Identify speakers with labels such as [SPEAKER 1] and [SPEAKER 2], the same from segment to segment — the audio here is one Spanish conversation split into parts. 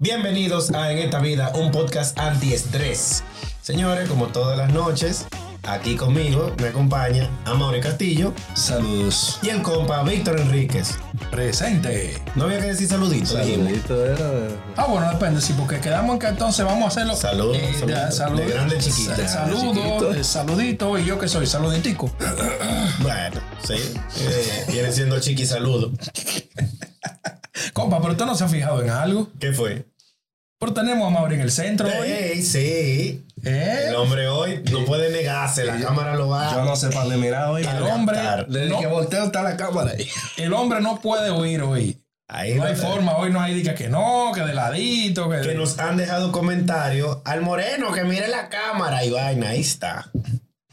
[SPEAKER 1] Bienvenidos a En esta vida, un podcast antiestrés. Señores, como todas las noches, aquí conmigo me acompaña Amaury Castillo
[SPEAKER 2] Saludos.
[SPEAKER 1] y el compa Víctor Enríquez.
[SPEAKER 2] Presente.
[SPEAKER 1] No había que decir saluditos. dijimos.
[SPEAKER 3] Saludito era de-
[SPEAKER 2] Ah, bueno, depende, sí, porque quedamos en que entonces vamos a hacerlo.
[SPEAKER 1] Saludos,
[SPEAKER 2] Eh, ya,
[SPEAKER 1] saludos. De grande a chiquito.
[SPEAKER 2] Sa-
[SPEAKER 1] De
[SPEAKER 3] grande a
[SPEAKER 2] Saludos,
[SPEAKER 3] chiquito.
[SPEAKER 2] eh, saludito, y yo que soy, saluditico.
[SPEAKER 1] Bueno, sí. eh, viene siendo chiqui saludo.
[SPEAKER 2] Compa, pero usted no se ha fijado en algo.
[SPEAKER 1] ¿Qué fue?
[SPEAKER 2] Pero tenemos a Mauri en el centro
[SPEAKER 3] Eh,
[SPEAKER 2] hoy.
[SPEAKER 1] Ey, sí.
[SPEAKER 2] ¿Eh?
[SPEAKER 1] El hombre hoy no puede negarse, la cámara lo va.
[SPEAKER 3] Yo no sé para dónde mirar hoy.
[SPEAKER 2] El
[SPEAKER 1] Claro.
[SPEAKER 2] hombre,
[SPEAKER 1] Captar.
[SPEAKER 3] Desde
[SPEAKER 2] no,
[SPEAKER 3] que volteo está la cámara ahí.
[SPEAKER 2] el hombre no puede huir hoy.
[SPEAKER 1] Ahí
[SPEAKER 2] No
[SPEAKER 1] va a
[SPEAKER 2] hay
[SPEAKER 1] estar.
[SPEAKER 2] forma, hoy no hay diga que no, que de ladito, que, de-
[SPEAKER 1] Que nos han dejado comentarios al moreno que mire la cámara y vaina, ahí está.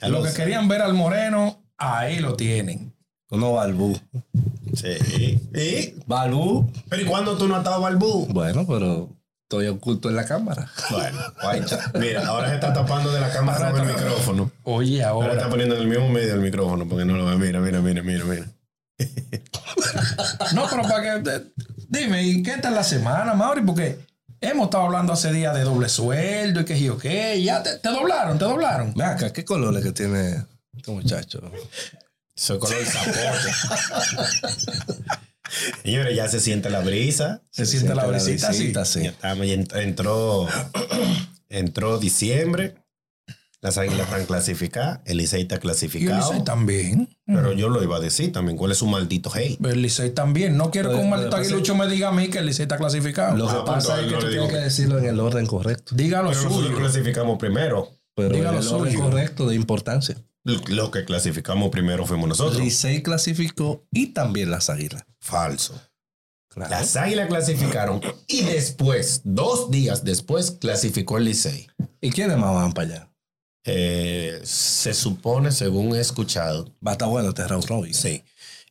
[SPEAKER 1] A
[SPEAKER 2] lo que
[SPEAKER 1] los-
[SPEAKER 2] querían ver al moreno, ahí lo tienen.
[SPEAKER 3] Uno balbú.
[SPEAKER 1] Sí. ¿Y?
[SPEAKER 3] ¿Balbú?
[SPEAKER 1] ¿Pero y cuándo tú no has estado balbú?
[SPEAKER 3] Bueno, pero estoy oculto en la cámara.
[SPEAKER 1] Bueno, ahí está. Mira, ahora se está tapando de la cámara
[SPEAKER 2] Ahora
[SPEAKER 1] con el
[SPEAKER 2] está-
[SPEAKER 1] micrófono.
[SPEAKER 2] Oye,
[SPEAKER 1] Ahora
[SPEAKER 2] ahora.
[SPEAKER 1] está poniendo en el mismo medio el micrófono porque no lo ve. Mira, mira, mira, mira, mira.
[SPEAKER 2] No, pero para que. Dime, ¿y qué tal la semana, Mauri? Porque hemos estado hablando hace días de doble sueldo y que yo qué. Ya te, te doblaron, te doblaron.
[SPEAKER 3] Ven acá, ¿qué colores que tiene este muchacho?
[SPEAKER 1] Soy color zapote. Señores, ya se siente la brisa.
[SPEAKER 2] Se siente la brisita así.
[SPEAKER 3] sí.
[SPEAKER 1] Ya estamos, ya ent- entró, entró diciembre. Las águilas están clasificadas. El Licey está
[SPEAKER 2] Y el Licey
[SPEAKER 1] clasificado.
[SPEAKER 2] también.
[SPEAKER 1] Pero yo lo iba a decir también. ¿Cuál es su maldito hate?
[SPEAKER 2] El Licey también. No quiero que un
[SPEAKER 3] Lo-
[SPEAKER 2] maldito
[SPEAKER 3] lo que pasa-
[SPEAKER 2] aguilucho me diga a mí que el Licey está clasificado.
[SPEAKER 3] Lo que
[SPEAKER 1] Ah,
[SPEAKER 3] pasa
[SPEAKER 1] pues,
[SPEAKER 3] es que
[SPEAKER 1] no
[SPEAKER 3] tú
[SPEAKER 1] le digo.
[SPEAKER 3] tienes que decirlo en el orden correcto.
[SPEAKER 2] Diga lo
[SPEAKER 1] Pero nosotros
[SPEAKER 2] suyo.
[SPEAKER 1] clasificamos primero.
[SPEAKER 3] Pero
[SPEAKER 2] Diga
[SPEAKER 3] en
[SPEAKER 2] lo
[SPEAKER 3] el orden
[SPEAKER 2] suyo.
[SPEAKER 3] correcto de importancia.
[SPEAKER 1] Lo que clasificamos primero fuimos nosotros.
[SPEAKER 3] Licey clasificó y también las águilas.
[SPEAKER 1] Falso.
[SPEAKER 3] Claro.
[SPEAKER 1] Las águilas clasificaron y después, dos días después, clasificó el Licey.
[SPEAKER 3] ¿Y quiénes más van para allá?
[SPEAKER 1] Eh, se supone, según he escuchado,
[SPEAKER 3] Va a estar bueno este round robin.
[SPEAKER 1] sí.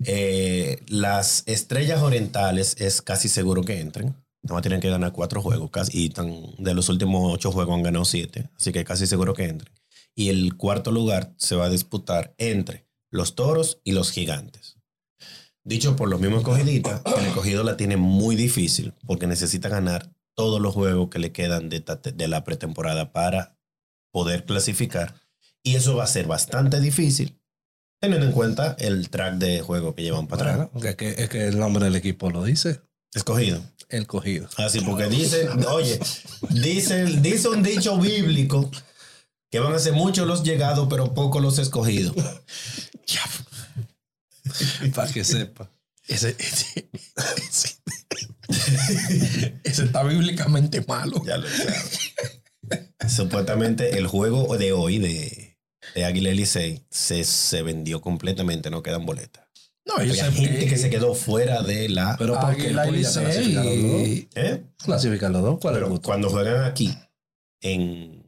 [SPEAKER 1] eh, las estrellas orientales es casi seguro que entren. No tienen que ganar cuatro juegos casi, y tan- de los últimos ocho juegos han ganado siete, así que casi seguro que entren. Y el cuarto lugar se va a disputar entre los toros y los gigantes. Dicho por los mismos cogiditas, el escogido la tiene muy difícil porque necesita ganar todos los juegos que le quedan de, esta te- de la pretemporada para poder clasificar. Y eso va a ser bastante difícil teniendo en cuenta el track de juego que llevan para atrás.
[SPEAKER 3] Bueno, que- que- es que el nombre del equipo lo dice.
[SPEAKER 1] Escogido.
[SPEAKER 3] El cogido.
[SPEAKER 1] Así, porque dice, oye, dice, dice un dicho bíblico que van a ser muchos los llegados, pero pocos los escogidos.
[SPEAKER 3] Para que sepa.
[SPEAKER 2] Ese, ese, ese- ese está bíblicamente malo.
[SPEAKER 1] Ya lo sabes. Supuestamente el juego de hoy de, de Águila Elisei se, se vendió completamente, no quedan boletas.
[SPEAKER 2] No, yo
[SPEAKER 1] Hay
[SPEAKER 2] sé
[SPEAKER 1] gente que se quedó fuera de la...
[SPEAKER 3] Pero ¿por qué?
[SPEAKER 2] Águila y
[SPEAKER 3] Porque ya clasificaron los dos.
[SPEAKER 2] Licey.
[SPEAKER 1] ¿Eh?
[SPEAKER 3] Clasifican los dos. ¿Cuál es el
[SPEAKER 1] Pero
[SPEAKER 3] gusto?
[SPEAKER 1] cuando juegan aquí, en,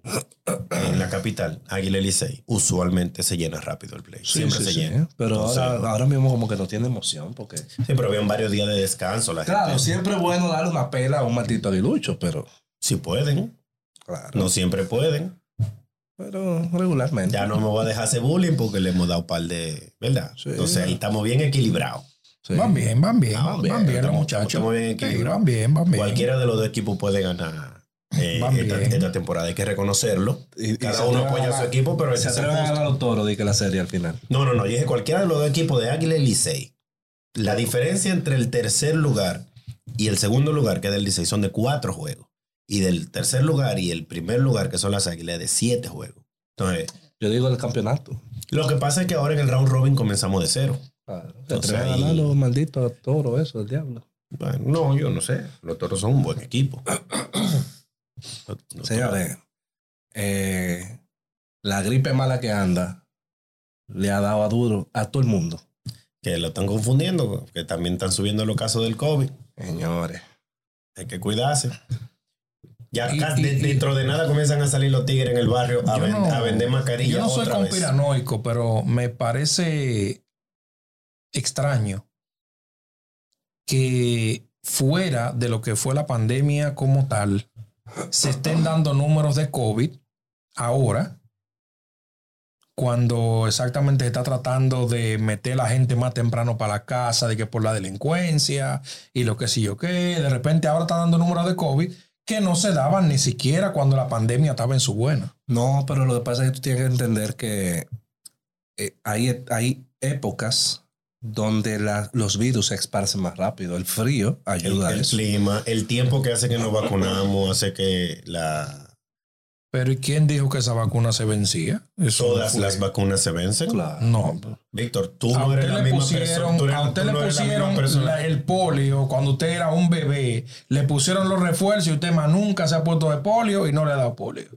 [SPEAKER 1] en la capital, Águila Elisei, usualmente se llena rápido el play.
[SPEAKER 3] Sí,
[SPEAKER 1] Siempre
[SPEAKER 3] sí,
[SPEAKER 1] se
[SPEAKER 3] sí.
[SPEAKER 1] llena.
[SPEAKER 3] Pero
[SPEAKER 1] Entonces-
[SPEAKER 3] ahora, ahora mismo como que no tiene emoción porque... este,
[SPEAKER 1] Sí, pero habían varios días de descanso. La
[SPEAKER 3] Claro,
[SPEAKER 1] gente,
[SPEAKER 3] siempre es bueno darle una pela a un maldito aguilucho, pero...
[SPEAKER 1] si pueden,
[SPEAKER 3] Claro.
[SPEAKER 1] no siempre pueden.
[SPEAKER 3] Pero regularmente.
[SPEAKER 1] Ya no me voy a dejar ese bullying porque le hemos dado un par de, ¿verdad?
[SPEAKER 3] Sí.
[SPEAKER 1] Entonces ahí estamos bien equilibrados.
[SPEAKER 3] Sí.
[SPEAKER 2] Van bien, van bien,
[SPEAKER 1] Ah,
[SPEAKER 2] van bien, los
[SPEAKER 1] estamos-
[SPEAKER 2] muchachos.
[SPEAKER 1] estamos bien
[SPEAKER 2] Sí,
[SPEAKER 1] equilibrados.
[SPEAKER 2] van bien, van bien.
[SPEAKER 1] Cualquiera de los dos equipos puede ganar eh,
[SPEAKER 2] Van
[SPEAKER 1] esta,
[SPEAKER 2] bien.
[SPEAKER 1] esta temporada. Hay que reconocerlo.
[SPEAKER 3] Y- y se
[SPEAKER 1] Cada uno
[SPEAKER 3] atreven
[SPEAKER 1] apoya a su
[SPEAKER 3] ganar-
[SPEAKER 1] equipo, pero
[SPEAKER 3] Se
[SPEAKER 1] ese es el
[SPEAKER 3] atreven a
[SPEAKER 1] justo.
[SPEAKER 3] ganar los toros, di que la serie al final.
[SPEAKER 1] No, no, no. Yo dije cualquiera de los dos equipos de Águila y Licey. La diferencia entre el tercer lugar y el segundo lugar, que es del Licey, son de cuatro juegos. Y del tercer lugar y el primer lugar, que son las Águilas, de siete juegos. Entonces,
[SPEAKER 3] Yo digo el campeonato.
[SPEAKER 1] Lo que pasa es que ahora en el round robin comenzamos de cero.
[SPEAKER 3] Claro. Ah, Se
[SPEAKER 1] Entonces
[SPEAKER 3] atreven a
[SPEAKER 1] ahí-
[SPEAKER 3] ganar los malditos toros, eso, el diablo.
[SPEAKER 1] Bueno, no, yo no sé. Los toros son un buen equipo. Los- los
[SPEAKER 3] Señores, Pues eh, la gripe mala que anda le ha dado a duro a todo el mundo.
[SPEAKER 1] toros Que lo están confundiendo, que también están subiendo los casos del COVID.
[SPEAKER 3] Señores.
[SPEAKER 1] Hay que cuidarse. Ya
[SPEAKER 2] Y-
[SPEAKER 1] ca-
[SPEAKER 2] y-
[SPEAKER 1] de-
[SPEAKER 2] y-
[SPEAKER 1] dentro de nada comienzan a salir los tigres en el barrio a,
[SPEAKER 2] Yo
[SPEAKER 1] ven-
[SPEAKER 2] no-
[SPEAKER 1] a vender mascarillas
[SPEAKER 2] Yo no soy
[SPEAKER 1] otra vez.
[SPEAKER 2] conspiranoico, pero me parece extraño que fuera de lo que fue la pandemia como tal, se estén dando números de COVID ahora, cuando exactamente se está tratando de meter a la gente más temprano para la casa, de que por la delincuencia y lo que sí yo qué, de repente ahora está dando números de COVID que no se daban ni siquiera cuando la pandemia estaba en su buena.
[SPEAKER 3] No, pero lo que pasa es que tú tienes que entender que eh, hay, e- hay épocas donde la- los virus se esparcen más rápido. El frío
[SPEAKER 1] El,
[SPEAKER 3] ayuda a
[SPEAKER 1] el
[SPEAKER 3] eso.
[SPEAKER 1] clima, el tiempo que hace que nos vacunamos, hace que la,
[SPEAKER 2] Pero ¿y quién dijo que esa vacuna se vencía? Eso
[SPEAKER 1] todas
[SPEAKER 2] no fue.
[SPEAKER 1] las vacunas se vencen.
[SPEAKER 3] Claro.
[SPEAKER 2] No,
[SPEAKER 1] Víctor, tú
[SPEAKER 2] a
[SPEAKER 1] no
[SPEAKER 2] usted
[SPEAKER 1] eres la
[SPEAKER 2] le
[SPEAKER 1] misma
[SPEAKER 2] pusieron,
[SPEAKER 1] persona. tú eres-
[SPEAKER 2] a usted
[SPEAKER 1] tú
[SPEAKER 2] le
[SPEAKER 1] no eres la misma
[SPEAKER 2] pusieron
[SPEAKER 1] persona.
[SPEAKER 2] la- el polio cuando usted era un bebé. Le pusieron los refuerzos y usted más nunca se ha puesto de polio y no le ha dado polio.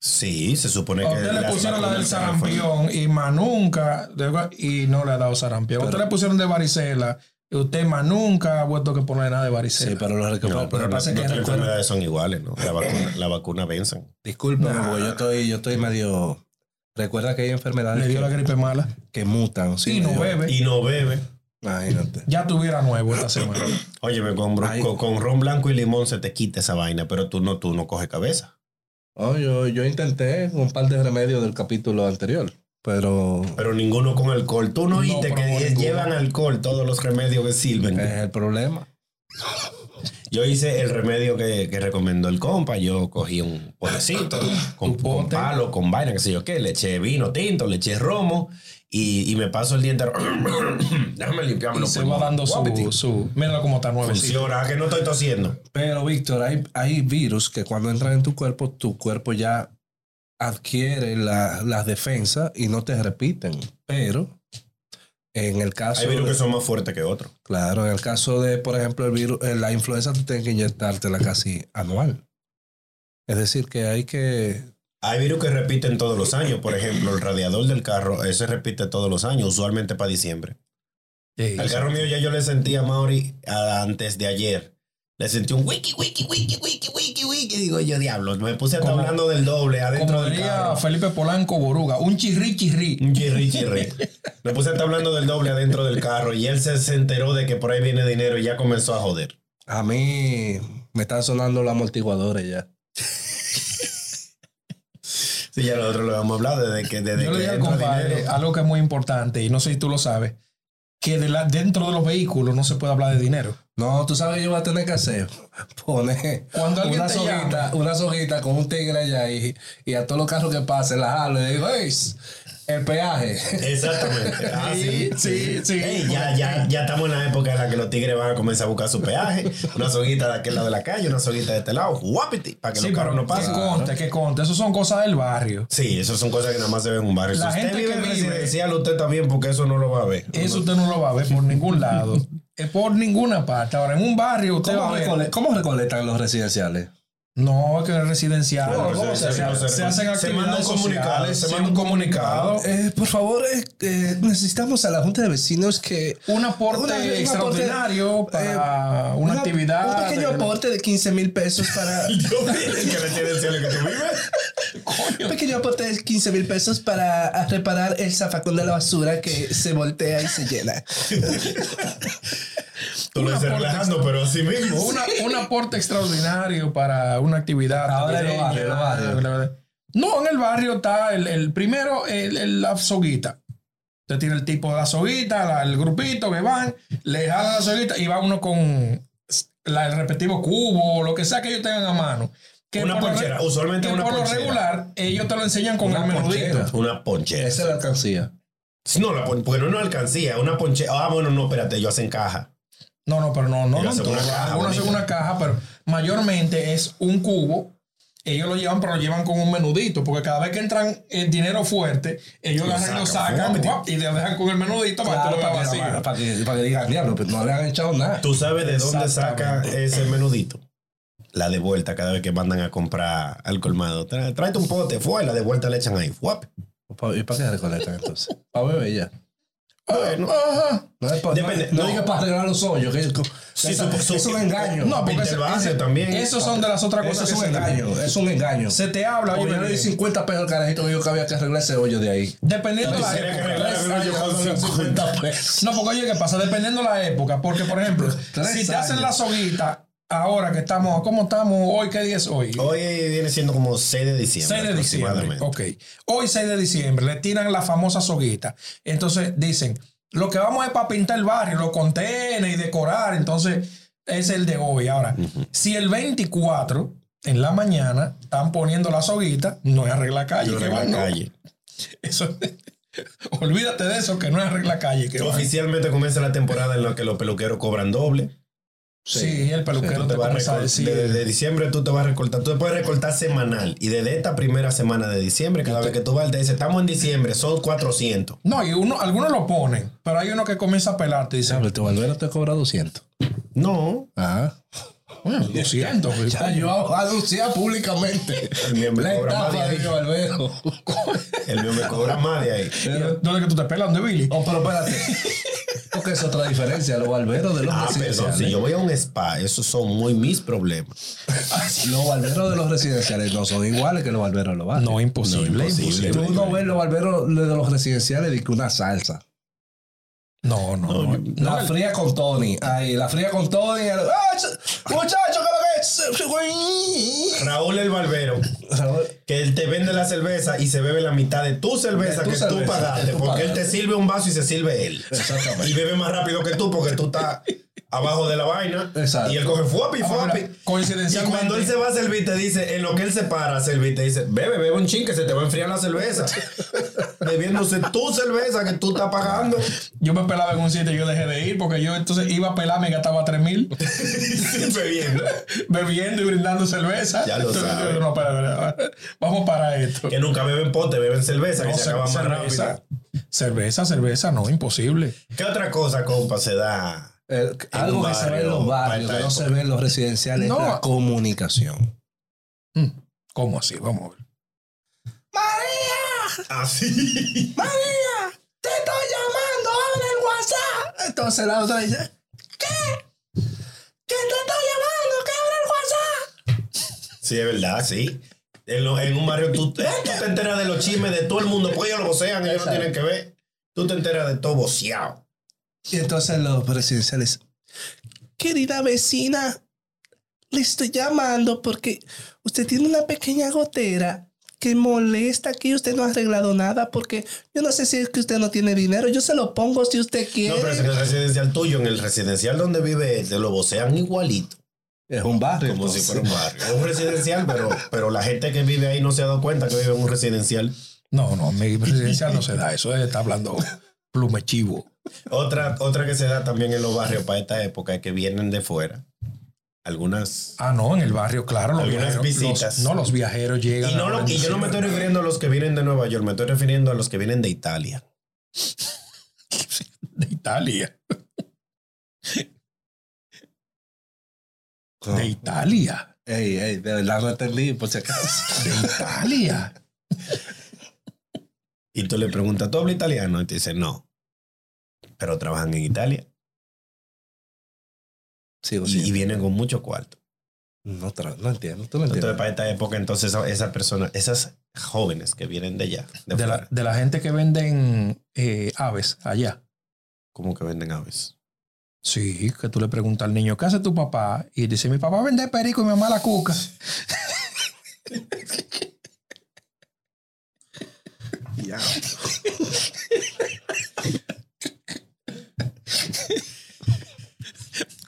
[SPEAKER 1] Sí, se supone
[SPEAKER 2] A
[SPEAKER 1] que.
[SPEAKER 2] usted le
[SPEAKER 1] las
[SPEAKER 2] pusieron la del
[SPEAKER 1] vacunas se refuerzan.
[SPEAKER 2] sarampión y más nunca de- y no le ha dado sarampión. A usted
[SPEAKER 3] Pero-
[SPEAKER 2] le pusieron de varicela y usted más nunca ha vuelto que poner nada de varicela.
[SPEAKER 3] Sí, pero lo recu-
[SPEAKER 1] No,
[SPEAKER 3] lo
[SPEAKER 1] pero
[SPEAKER 3] que
[SPEAKER 1] las
[SPEAKER 3] pasa es que
[SPEAKER 1] las
[SPEAKER 3] recuerda-
[SPEAKER 1] enfermedades son iguales, ¿no? La vacuna, la vacuna vencen.
[SPEAKER 3] Discúlpame,
[SPEAKER 2] Nah.
[SPEAKER 3] porque yo estoy, yo estoy medio. Recuerda que hay enfermedades
[SPEAKER 2] le dio la
[SPEAKER 3] que,
[SPEAKER 2] gripe mala.
[SPEAKER 3] que mutan.
[SPEAKER 2] Sí,
[SPEAKER 3] Sí,
[SPEAKER 2] no eh.
[SPEAKER 3] yo-
[SPEAKER 2] bebe.
[SPEAKER 1] Y no bebe.
[SPEAKER 3] Imagínate.
[SPEAKER 2] Ya tuviera nuevo esta semana.
[SPEAKER 1] Oye, con, bro-
[SPEAKER 3] Ay.
[SPEAKER 1] con, con ron blanco y limón se te quita esa vaina, pero tú no, tú no coges cabeza.
[SPEAKER 3] Oh, yo, yo intenté un par de remedios del capítulo anterior, pero
[SPEAKER 1] Pero ninguno con alcohol. Tú no
[SPEAKER 2] No
[SPEAKER 1] oíste que
[SPEAKER 2] probó
[SPEAKER 1] die-
[SPEAKER 2] ninguno.
[SPEAKER 1] llevan alcohol todos los remedios que sirven.
[SPEAKER 2] Eh.
[SPEAKER 3] es el problema.
[SPEAKER 1] Yo hice el remedio que, que recomendó el compa. Yo cogí un potecito con,
[SPEAKER 2] Tu
[SPEAKER 1] con
[SPEAKER 2] pote.
[SPEAKER 1] palo, con vaina, qué sé yo qué. Le eché vino tinto, le eché romo y, y me paso el día entero. Déjame limpiarme
[SPEAKER 2] Y
[SPEAKER 1] los
[SPEAKER 2] se va
[SPEAKER 1] pulmones.
[SPEAKER 2] dando
[SPEAKER 1] Guapiti.
[SPEAKER 2] su, su. Míralo cómo está nuevo.
[SPEAKER 3] Pues
[SPEAKER 1] Funciona, ah, que no estoy tosiendo.
[SPEAKER 3] Pero, Víctor, hay, hay virus que cuando entran en tu cuerpo, tu cuerpo ya adquiere la- las defensas y no te repiten. Pero, en el caso.
[SPEAKER 1] Hay virus
[SPEAKER 3] de-
[SPEAKER 1] que son más fuertes que otros.
[SPEAKER 3] Claro, en el caso de, por ejemplo, el virus, eh, la influenza, tú tienes que inyectártela casi anual. Es decir, que hay que.
[SPEAKER 1] Hay virus que repiten todos los años. Por ejemplo, el radiador del carro, ese repite todos los años, usualmente para diciembre.
[SPEAKER 2] Sí.
[SPEAKER 1] El carro mío ya yo le sentí a Mauri a- antes de ayer. Le sentí un wiki, wiki, wiki, wiki, wiki, wiki. Digo yo, diablo, me puse hasta
[SPEAKER 2] Como-
[SPEAKER 1] hablando del doble adentro
[SPEAKER 2] Como
[SPEAKER 1] del
[SPEAKER 2] diría
[SPEAKER 1] carro.
[SPEAKER 2] Felipe Polanco Boruga, un chirri chirri.
[SPEAKER 1] Un chirri, chirri. Me puse hasta hablando del doble adentro del carro y él se, se enteró de que por ahí viene dinero y ya comenzó a joder.
[SPEAKER 3] A mí me están sonando los amortiguadores ya.
[SPEAKER 1] Sí, ya nosotros lo hemos hablado desde que, desde
[SPEAKER 2] Yo le
[SPEAKER 1] que
[SPEAKER 2] dije al
[SPEAKER 1] entra
[SPEAKER 2] compadre
[SPEAKER 1] dinero.
[SPEAKER 2] algo que es muy importante, y no sé si tú lo sabes, que de la- dentro de los vehículos no se puede hablar de dinero.
[SPEAKER 3] No, tú sabes que yo voy a tener que hacer. Poner
[SPEAKER 2] Cuando alguien
[SPEAKER 3] una
[SPEAKER 2] te llama.
[SPEAKER 3] soguita, una soguita con un tigre allá y, y a todos los carros que pasen la jalo y digo, "Ey, el peaje.
[SPEAKER 1] Exactamente. Ah, sí,
[SPEAKER 2] Sí,
[SPEAKER 1] sí,
[SPEAKER 2] sí.
[SPEAKER 1] Ey, ya, ya, ya estamos en la época en la que los tigres van a comenzar a buscar su peaje. Una soguita de aquel lado de la calle, una soguita de este lado. Guapiti, para que
[SPEAKER 2] Sí,
[SPEAKER 1] los
[SPEAKER 2] pero
[SPEAKER 1] carros no
[SPEAKER 2] que
[SPEAKER 1] pasen.
[SPEAKER 2] conte, que conte. Eso son cosas del barrio.
[SPEAKER 1] Sí, eso son cosas que nada más se ven en un barrio.
[SPEAKER 2] La
[SPEAKER 1] si usted
[SPEAKER 2] gente
[SPEAKER 1] vive
[SPEAKER 2] que Eh,
[SPEAKER 1] en
[SPEAKER 2] vive-
[SPEAKER 1] residencial, usted también, porque eso no lo va a ver.
[SPEAKER 2] Eso usted no lo va a ver por ningún lado. Es por ninguna parte. Ahora, en un barrio usted va
[SPEAKER 3] ¿Cómo,
[SPEAKER 2] a ver.
[SPEAKER 3] recole- cómo recolectan los residenciales?
[SPEAKER 2] No, es que es residencial.
[SPEAKER 1] Bueno,
[SPEAKER 2] No,
[SPEAKER 1] residencial
[SPEAKER 2] se,
[SPEAKER 1] no se
[SPEAKER 2] se hacen
[SPEAKER 1] recoge. Se
[SPEAKER 2] actividades
[SPEAKER 1] mandan
[SPEAKER 2] sociales.
[SPEAKER 1] comunicados, se
[SPEAKER 2] sí,
[SPEAKER 1] mandan
[SPEAKER 2] un comunicado.
[SPEAKER 3] Eh, por favor, eh, eh, necesitamos a la Junta de Vecinos que...
[SPEAKER 2] Un aporte
[SPEAKER 3] Una- un aporte, eh,
[SPEAKER 2] extraordinario para una,
[SPEAKER 3] una-
[SPEAKER 2] actividad.
[SPEAKER 3] Un pequeño
[SPEAKER 2] de-
[SPEAKER 3] aporte de 15 mil pesos para...
[SPEAKER 1] Yo vi que residencial es que tú vives.
[SPEAKER 3] un pequeño aporte de 15 mil pesos para ah, reparar el zafacón de la basura que se voltea y se llena.
[SPEAKER 1] Tú lo
[SPEAKER 2] Una
[SPEAKER 1] dices
[SPEAKER 2] por-
[SPEAKER 1] relajando, pero así mismo.
[SPEAKER 2] una- un aporte extraordinario para una actividad.
[SPEAKER 3] Ahora en los
[SPEAKER 2] navideña,
[SPEAKER 3] barrios, en los
[SPEAKER 2] No, en el barrio está el, el primero, el, el- la soguita. Usted tiene el tipo de la soguita, la- el grupito que van, le jalan la soguita y va uno con la- el respectivo cubo o lo que sea que ellos tengan a mano. Que
[SPEAKER 1] Una
[SPEAKER 2] por lo
[SPEAKER 1] ponchera,
[SPEAKER 2] re-
[SPEAKER 1] usualmente
[SPEAKER 2] que
[SPEAKER 1] una
[SPEAKER 2] por
[SPEAKER 1] ponchera.
[SPEAKER 2] lo regular, ellos te lo enseñan con el
[SPEAKER 3] Una
[SPEAKER 2] menudito.
[SPEAKER 3] ponchera.
[SPEAKER 1] Una ponchera.
[SPEAKER 3] Esa es la alcancía.
[SPEAKER 1] No, la pon- porque no es una alcancía, una ponchera. Ah, bueno, no, espérate, yo hacen caja.
[SPEAKER 2] No, no, pero no, no,
[SPEAKER 1] Y
[SPEAKER 2] no.
[SPEAKER 1] hacen
[SPEAKER 2] todo.
[SPEAKER 1] una caja
[SPEAKER 2] Algunos hacen
[SPEAKER 1] bonita.
[SPEAKER 2] una caja, pero mayormente es un cubo. Ellos lo llevan, pero lo llevan con un menudito, porque cada vez que entran el dinero fuerte, ellos
[SPEAKER 1] Lo
[SPEAKER 2] agarran y lo
[SPEAKER 1] sacan,
[SPEAKER 2] sacan
[SPEAKER 1] fuerte.
[SPEAKER 2] guap, y lo dejan con el menudito para que
[SPEAKER 3] Claro,
[SPEAKER 2] tú lo
[SPEAKER 3] para,
[SPEAKER 2] veas
[SPEAKER 3] que,
[SPEAKER 2] vacío.
[SPEAKER 3] para que- para que digan, diablo, pero no le han echado nada.
[SPEAKER 1] ¿Tú sabes de dónde saca
[SPEAKER 2] Exactamente.
[SPEAKER 1] ese menudito? La de vuelta cada vez que mandan a comprar al colmado. Tra- Tráete un pote, fue, la de vuelta le echan ahí. Guap.
[SPEAKER 3] Pa- Pues ¿Y para qué recolectan entonces? Para beber ya.
[SPEAKER 1] Bueno,
[SPEAKER 2] Ajá.
[SPEAKER 3] No, es pa-
[SPEAKER 1] Depende,
[SPEAKER 3] no, no
[SPEAKER 1] no.
[SPEAKER 3] diga para arreglar los hoyos. Que, que-
[SPEAKER 1] Sí,
[SPEAKER 3] esa-
[SPEAKER 1] supo- supo-
[SPEAKER 3] es un engaño.
[SPEAKER 2] No, porque
[SPEAKER 1] Del
[SPEAKER 2] ese-
[SPEAKER 1] barrio
[SPEAKER 2] ese-
[SPEAKER 1] también.
[SPEAKER 2] esos son de las otras
[SPEAKER 3] eso
[SPEAKER 2] cosas
[SPEAKER 3] es
[SPEAKER 2] que
[SPEAKER 3] un
[SPEAKER 2] se
[SPEAKER 3] engaño. Es un engaño.
[SPEAKER 2] Se te habla,
[SPEAKER 3] Oye,
[SPEAKER 2] oye,
[SPEAKER 3] yo le di
[SPEAKER 2] bien.
[SPEAKER 3] 50 pesos al carajito que dijo que había que arreglar ese hoyo de ahí.
[SPEAKER 2] dependiendo de
[SPEAKER 1] Tú
[SPEAKER 2] la
[SPEAKER 1] quieres
[SPEAKER 2] época.
[SPEAKER 1] arreglar el hoyo con
[SPEAKER 3] Tres años,
[SPEAKER 1] 50
[SPEAKER 3] pesos.
[SPEAKER 2] No, porque oye, ¿qué pasa? Dependiendo de la época, porque por ejemplo,
[SPEAKER 3] Tres
[SPEAKER 2] si te hacen
[SPEAKER 3] años.
[SPEAKER 2] la soguita, ahora que estamos, ¿cómo estamos hoy? ¿Qué día es hoy?
[SPEAKER 1] Hoy viene siendo como 6 de diciembre.
[SPEAKER 2] 6 de diciembre.
[SPEAKER 1] aproximadamente.
[SPEAKER 2] Ok. Hoy 6 de diciembre le tiran la famosa soguita. Entonces dicen, lo que vamos es para pintar el barrio, lo contenes y decorar. Entonces es el de hoy. Ahora, si el 24 en la mañana están poniendo la soguita, no es arregla calle.
[SPEAKER 1] Yo
[SPEAKER 2] que
[SPEAKER 1] en la
[SPEAKER 2] van, no.
[SPEAKER 1] calle.
[SPEAKER 2] Eso- olvídate de eso, que no es arregla calle. Que van.
[SPEAKER 1] Oficialmente comienza la temporada en la que los peluqueros cobran doble.
[SPEAKER 2] Sí, el peluquero
[SPEAKER 1] Tú
[SPEAKER 2] te
[SPEAKER 1] te vas a
[SPEAKER 2] comienza a
[SPEAKER 1] recor-
[SPEAKER 2] decir.
[SPEAKER 1] de- Desde diciembre tú te vas a recortar. Tú te puedes recortar semanal. Y desde esta primera semana de diciembre, cada vez que tú vas, te dice, estamos en diciembre, son 400.
[SPEAKER 2] No, y uno, algunos lo ponen, pero hay uno que comienza a pelarte y dice,
[SPEAKER 3] Sabe, tu valvera te cobra 200.
[SPEAKER 1] No,
[SPEAKER 3] Ajá.
[SPEAKER 2] bueno, lo siento. güey.
[SPEAKER 3] Ya Ah. yo anuncié públicamente
[SPEAKER 1] el mío me
[SPEAKER 3] la
[SPEAKER 1] cobra más de
[SPEAKER 3] estafa de mi
[SPEAKER 1] ahí.
[SPEAKER 3] barbero.
[SPEAKER 1] El mío me cobra más de ahí.
[SPEAKER 2] Y yo, ¿Dónde que tú te pelas, dónde Billy?
[SPEAKER 3] Oh, pero espérate. Porque es otra diferencia, los barberos de los
[SPEAKER 1] Ah, perdón,
[SPEAKER 3] residenciales.
[SPEAKER 1] si yo voy a un spa, esos son muy mis problemas.
[SPEAKER 3] Los barberos de los residenciales no son iguales que los barberos de los barrios.
[SPEAKER 2] No, imposible.
[SPEAKER 1] No, imposible.
[SPEAKER 3] Tú no ves los barberos de los residenciales de que una salsa.
[SPEAKER 2] No, no, no.
[SPEAKER 3] La fría con Tony. Ahí, la fría con Tony. El- ¡Ah, ch- muchacho, ¿qué lo que
[SPEAKER 1] Raúl el Barbero,
[SPEAKER 3] es? Raúl,
[SPEAKER 1] que él te vende la cerveza y se bebe la mitad de tu cerveza
[SPEAKER 3] De tu
[SPEAKER 1] que
[SPEAKER 3] cerveza,
[SPEAKER 1] tú
[SPEAKER 3] que
[SPEAKER 1] pagaste,
[SPEAKER 3] tú
[SPEAKER 1] porque él
[SPEAKER 3] pagaste.
[SPEAKER 1] te sirve un vaso y se sirve él.
[SPEAKER 3] Exactamente.
[SPEAKER 1] Y bebe más rápido que tú porque tú estás abajo de la vaina.
[SPEAKER 3] Exacto.
[SPEAKER 1] Y él coge fuapi,
[SPEAKER 2] Ahora,
[SPEAKER 1] fuapi. Y
[SPEAKER 2] coincidencialmente-
[SPEAKER 1] cuando él se va a servir, te dice, en lo que él se para a servir, te dice, bebe, bebe un chin que se te va a enfriar la cerveza. Bebiéndose tu cerveza que tú estás pagando.
[SPEAKER 2] Yo me pelaba en un sitio y yo dejé de ir porque yo entonces iba a pelarme y gastaba 3 mil
[SPEAKER 1] Siempre bien.
[SPEAKER 2] bebiendo y brindando cerveza.
[SPEAKER 1] Ya lo
[SPEAKER 2] Entonces,
[SPEAKER 1] sabe.
[SPEAKER 2] yo, no, espera, espera, vamos para esto.
[SPEAKER 1] Que nunca beben pote, beben cerveza,
[SPEAKER 2] No,
[SPEAKER 1] que se
[SPEAKER 2] cer-
[SPEAKER 1] acaba más rápido.
[SPEAKER 2] cerveza, cerveza, cerveza, no, imposible.
[SPEAKER 1] ¿Qué otra cosa, compa, se da?
[SPEAKER 3] el-
[SPEAKER 1] En
[SPEAKER 3] algo
[SPEAKER 1] un
[SPEAKER 3] que se ve en
[SPEAKER 1] barrio,
[SPEAKER 3] los barrios,
[SPEAKER 1] para
[SPEAKER 3] que no
[SPEAKER 1] esta
[SPEAKER 3] se ve en los residenciales,
[SPEAKER 2] No.
[SPEAKER 3] es la comunicación.
[SPEAKER 2] Mm, ¿Cómo así? Vamos a ver.
[SPEAKER 3] ¡María!
[SPEAKER 1] Ah, Así.
[SPEAKER 3] ¡María! ¡Te estoy llamando! ¡Abre el WhatsApp! Entonces la otra dice: ¿Qué? ¿Qué te estoy llamando? ¡Que abre el WhatsApp!
[SPEAKER 1] Sí, es verdad, sí. En, lo- en un barrio tú, te- tú te enteras de los chismes de todo el mundo, pues ellos lo vocean, ellos no
[SPEAKER 3] Exacto.
[SPEAKER 1] tienen que ver. Tú te enteras de todo voceado.
[SPEAKER 3] Y entonces los presidenciales, querida vecina, le estoy llamando porque usted tiene una pequeña gotera que molesta aquí. Usted no ha arreglado nada porque yo no sé si es que usted no tiene dinero. Yo se lo pongo si usted
[SPEAKER 1] No,
[SPEAKER 3] quiere.
[SPEAKER 1] pero en el residencial tuyo, en el residencial donde vive, él, te lo vocean igualito.
[SPEAKER 3] es un barrio.
[SPEAKER 1] Como si fuera un barrio. Es un residencial, pero, pero la gente que vive ahí no se ha dado cuenta que vive en un residencial.
[SPEAKER 2] No, no, mi presidencia no se da. Eso está hablando plume chivo.
[SPEAKER 1] Otra, otra que se da también en los barrios para esta época es que vienen de fuera. Algunas.
[SPEAKER 2] Ah, no, en el barrio, claro. Los
[SPEAKER 1] Algunas
[SPEAKER 2] viajeros,
[SPEAKER 1] visitas.
[SPEAKER 2] los- no, los viajeros llegan.
[SPEAKER 1] Y, no lo- y yo no me estoy refiriendo a los que vienen de Nueva York, me estoy refiriendo a los que vienen de Italia.
[SPEAKER 2] De Italia. De Italia.
[SPEAKER 3] Ey, ey, de verdad no entendí, por si acaso.
[SPEAKER 2] De Italia.
[SPEAKER 1] Y tú le preguntas, ¿tú hablas italiano? Y te dice, no. Pero trabajan en Italia.
[SPEAKER 3] Sigo,
[SPEAKER 1] Y, y vienen con mucho cuarto.
[SPEAKER 3] No, tra- no entiendo, tú no
[SPEAKER 1] Entonces,
[SPEAKER 3] entiendes.
[SPEAKER 1] para esta época, entonces esa- esas personas, esas jóvenes que vienen de allá, de,
[SPEAKER 2] De la,
[SPEAKER 1] fuera,
[SPEAKER 2] de la gente que venden eh, aves allá.
[SPEAKER 1] como que venden aves.
[SPEAKER 2] Sí, que tú le preguntas al niño, ¿qué hace tu papá? Y dice, mi papá vende perico y mi mamá la cuca.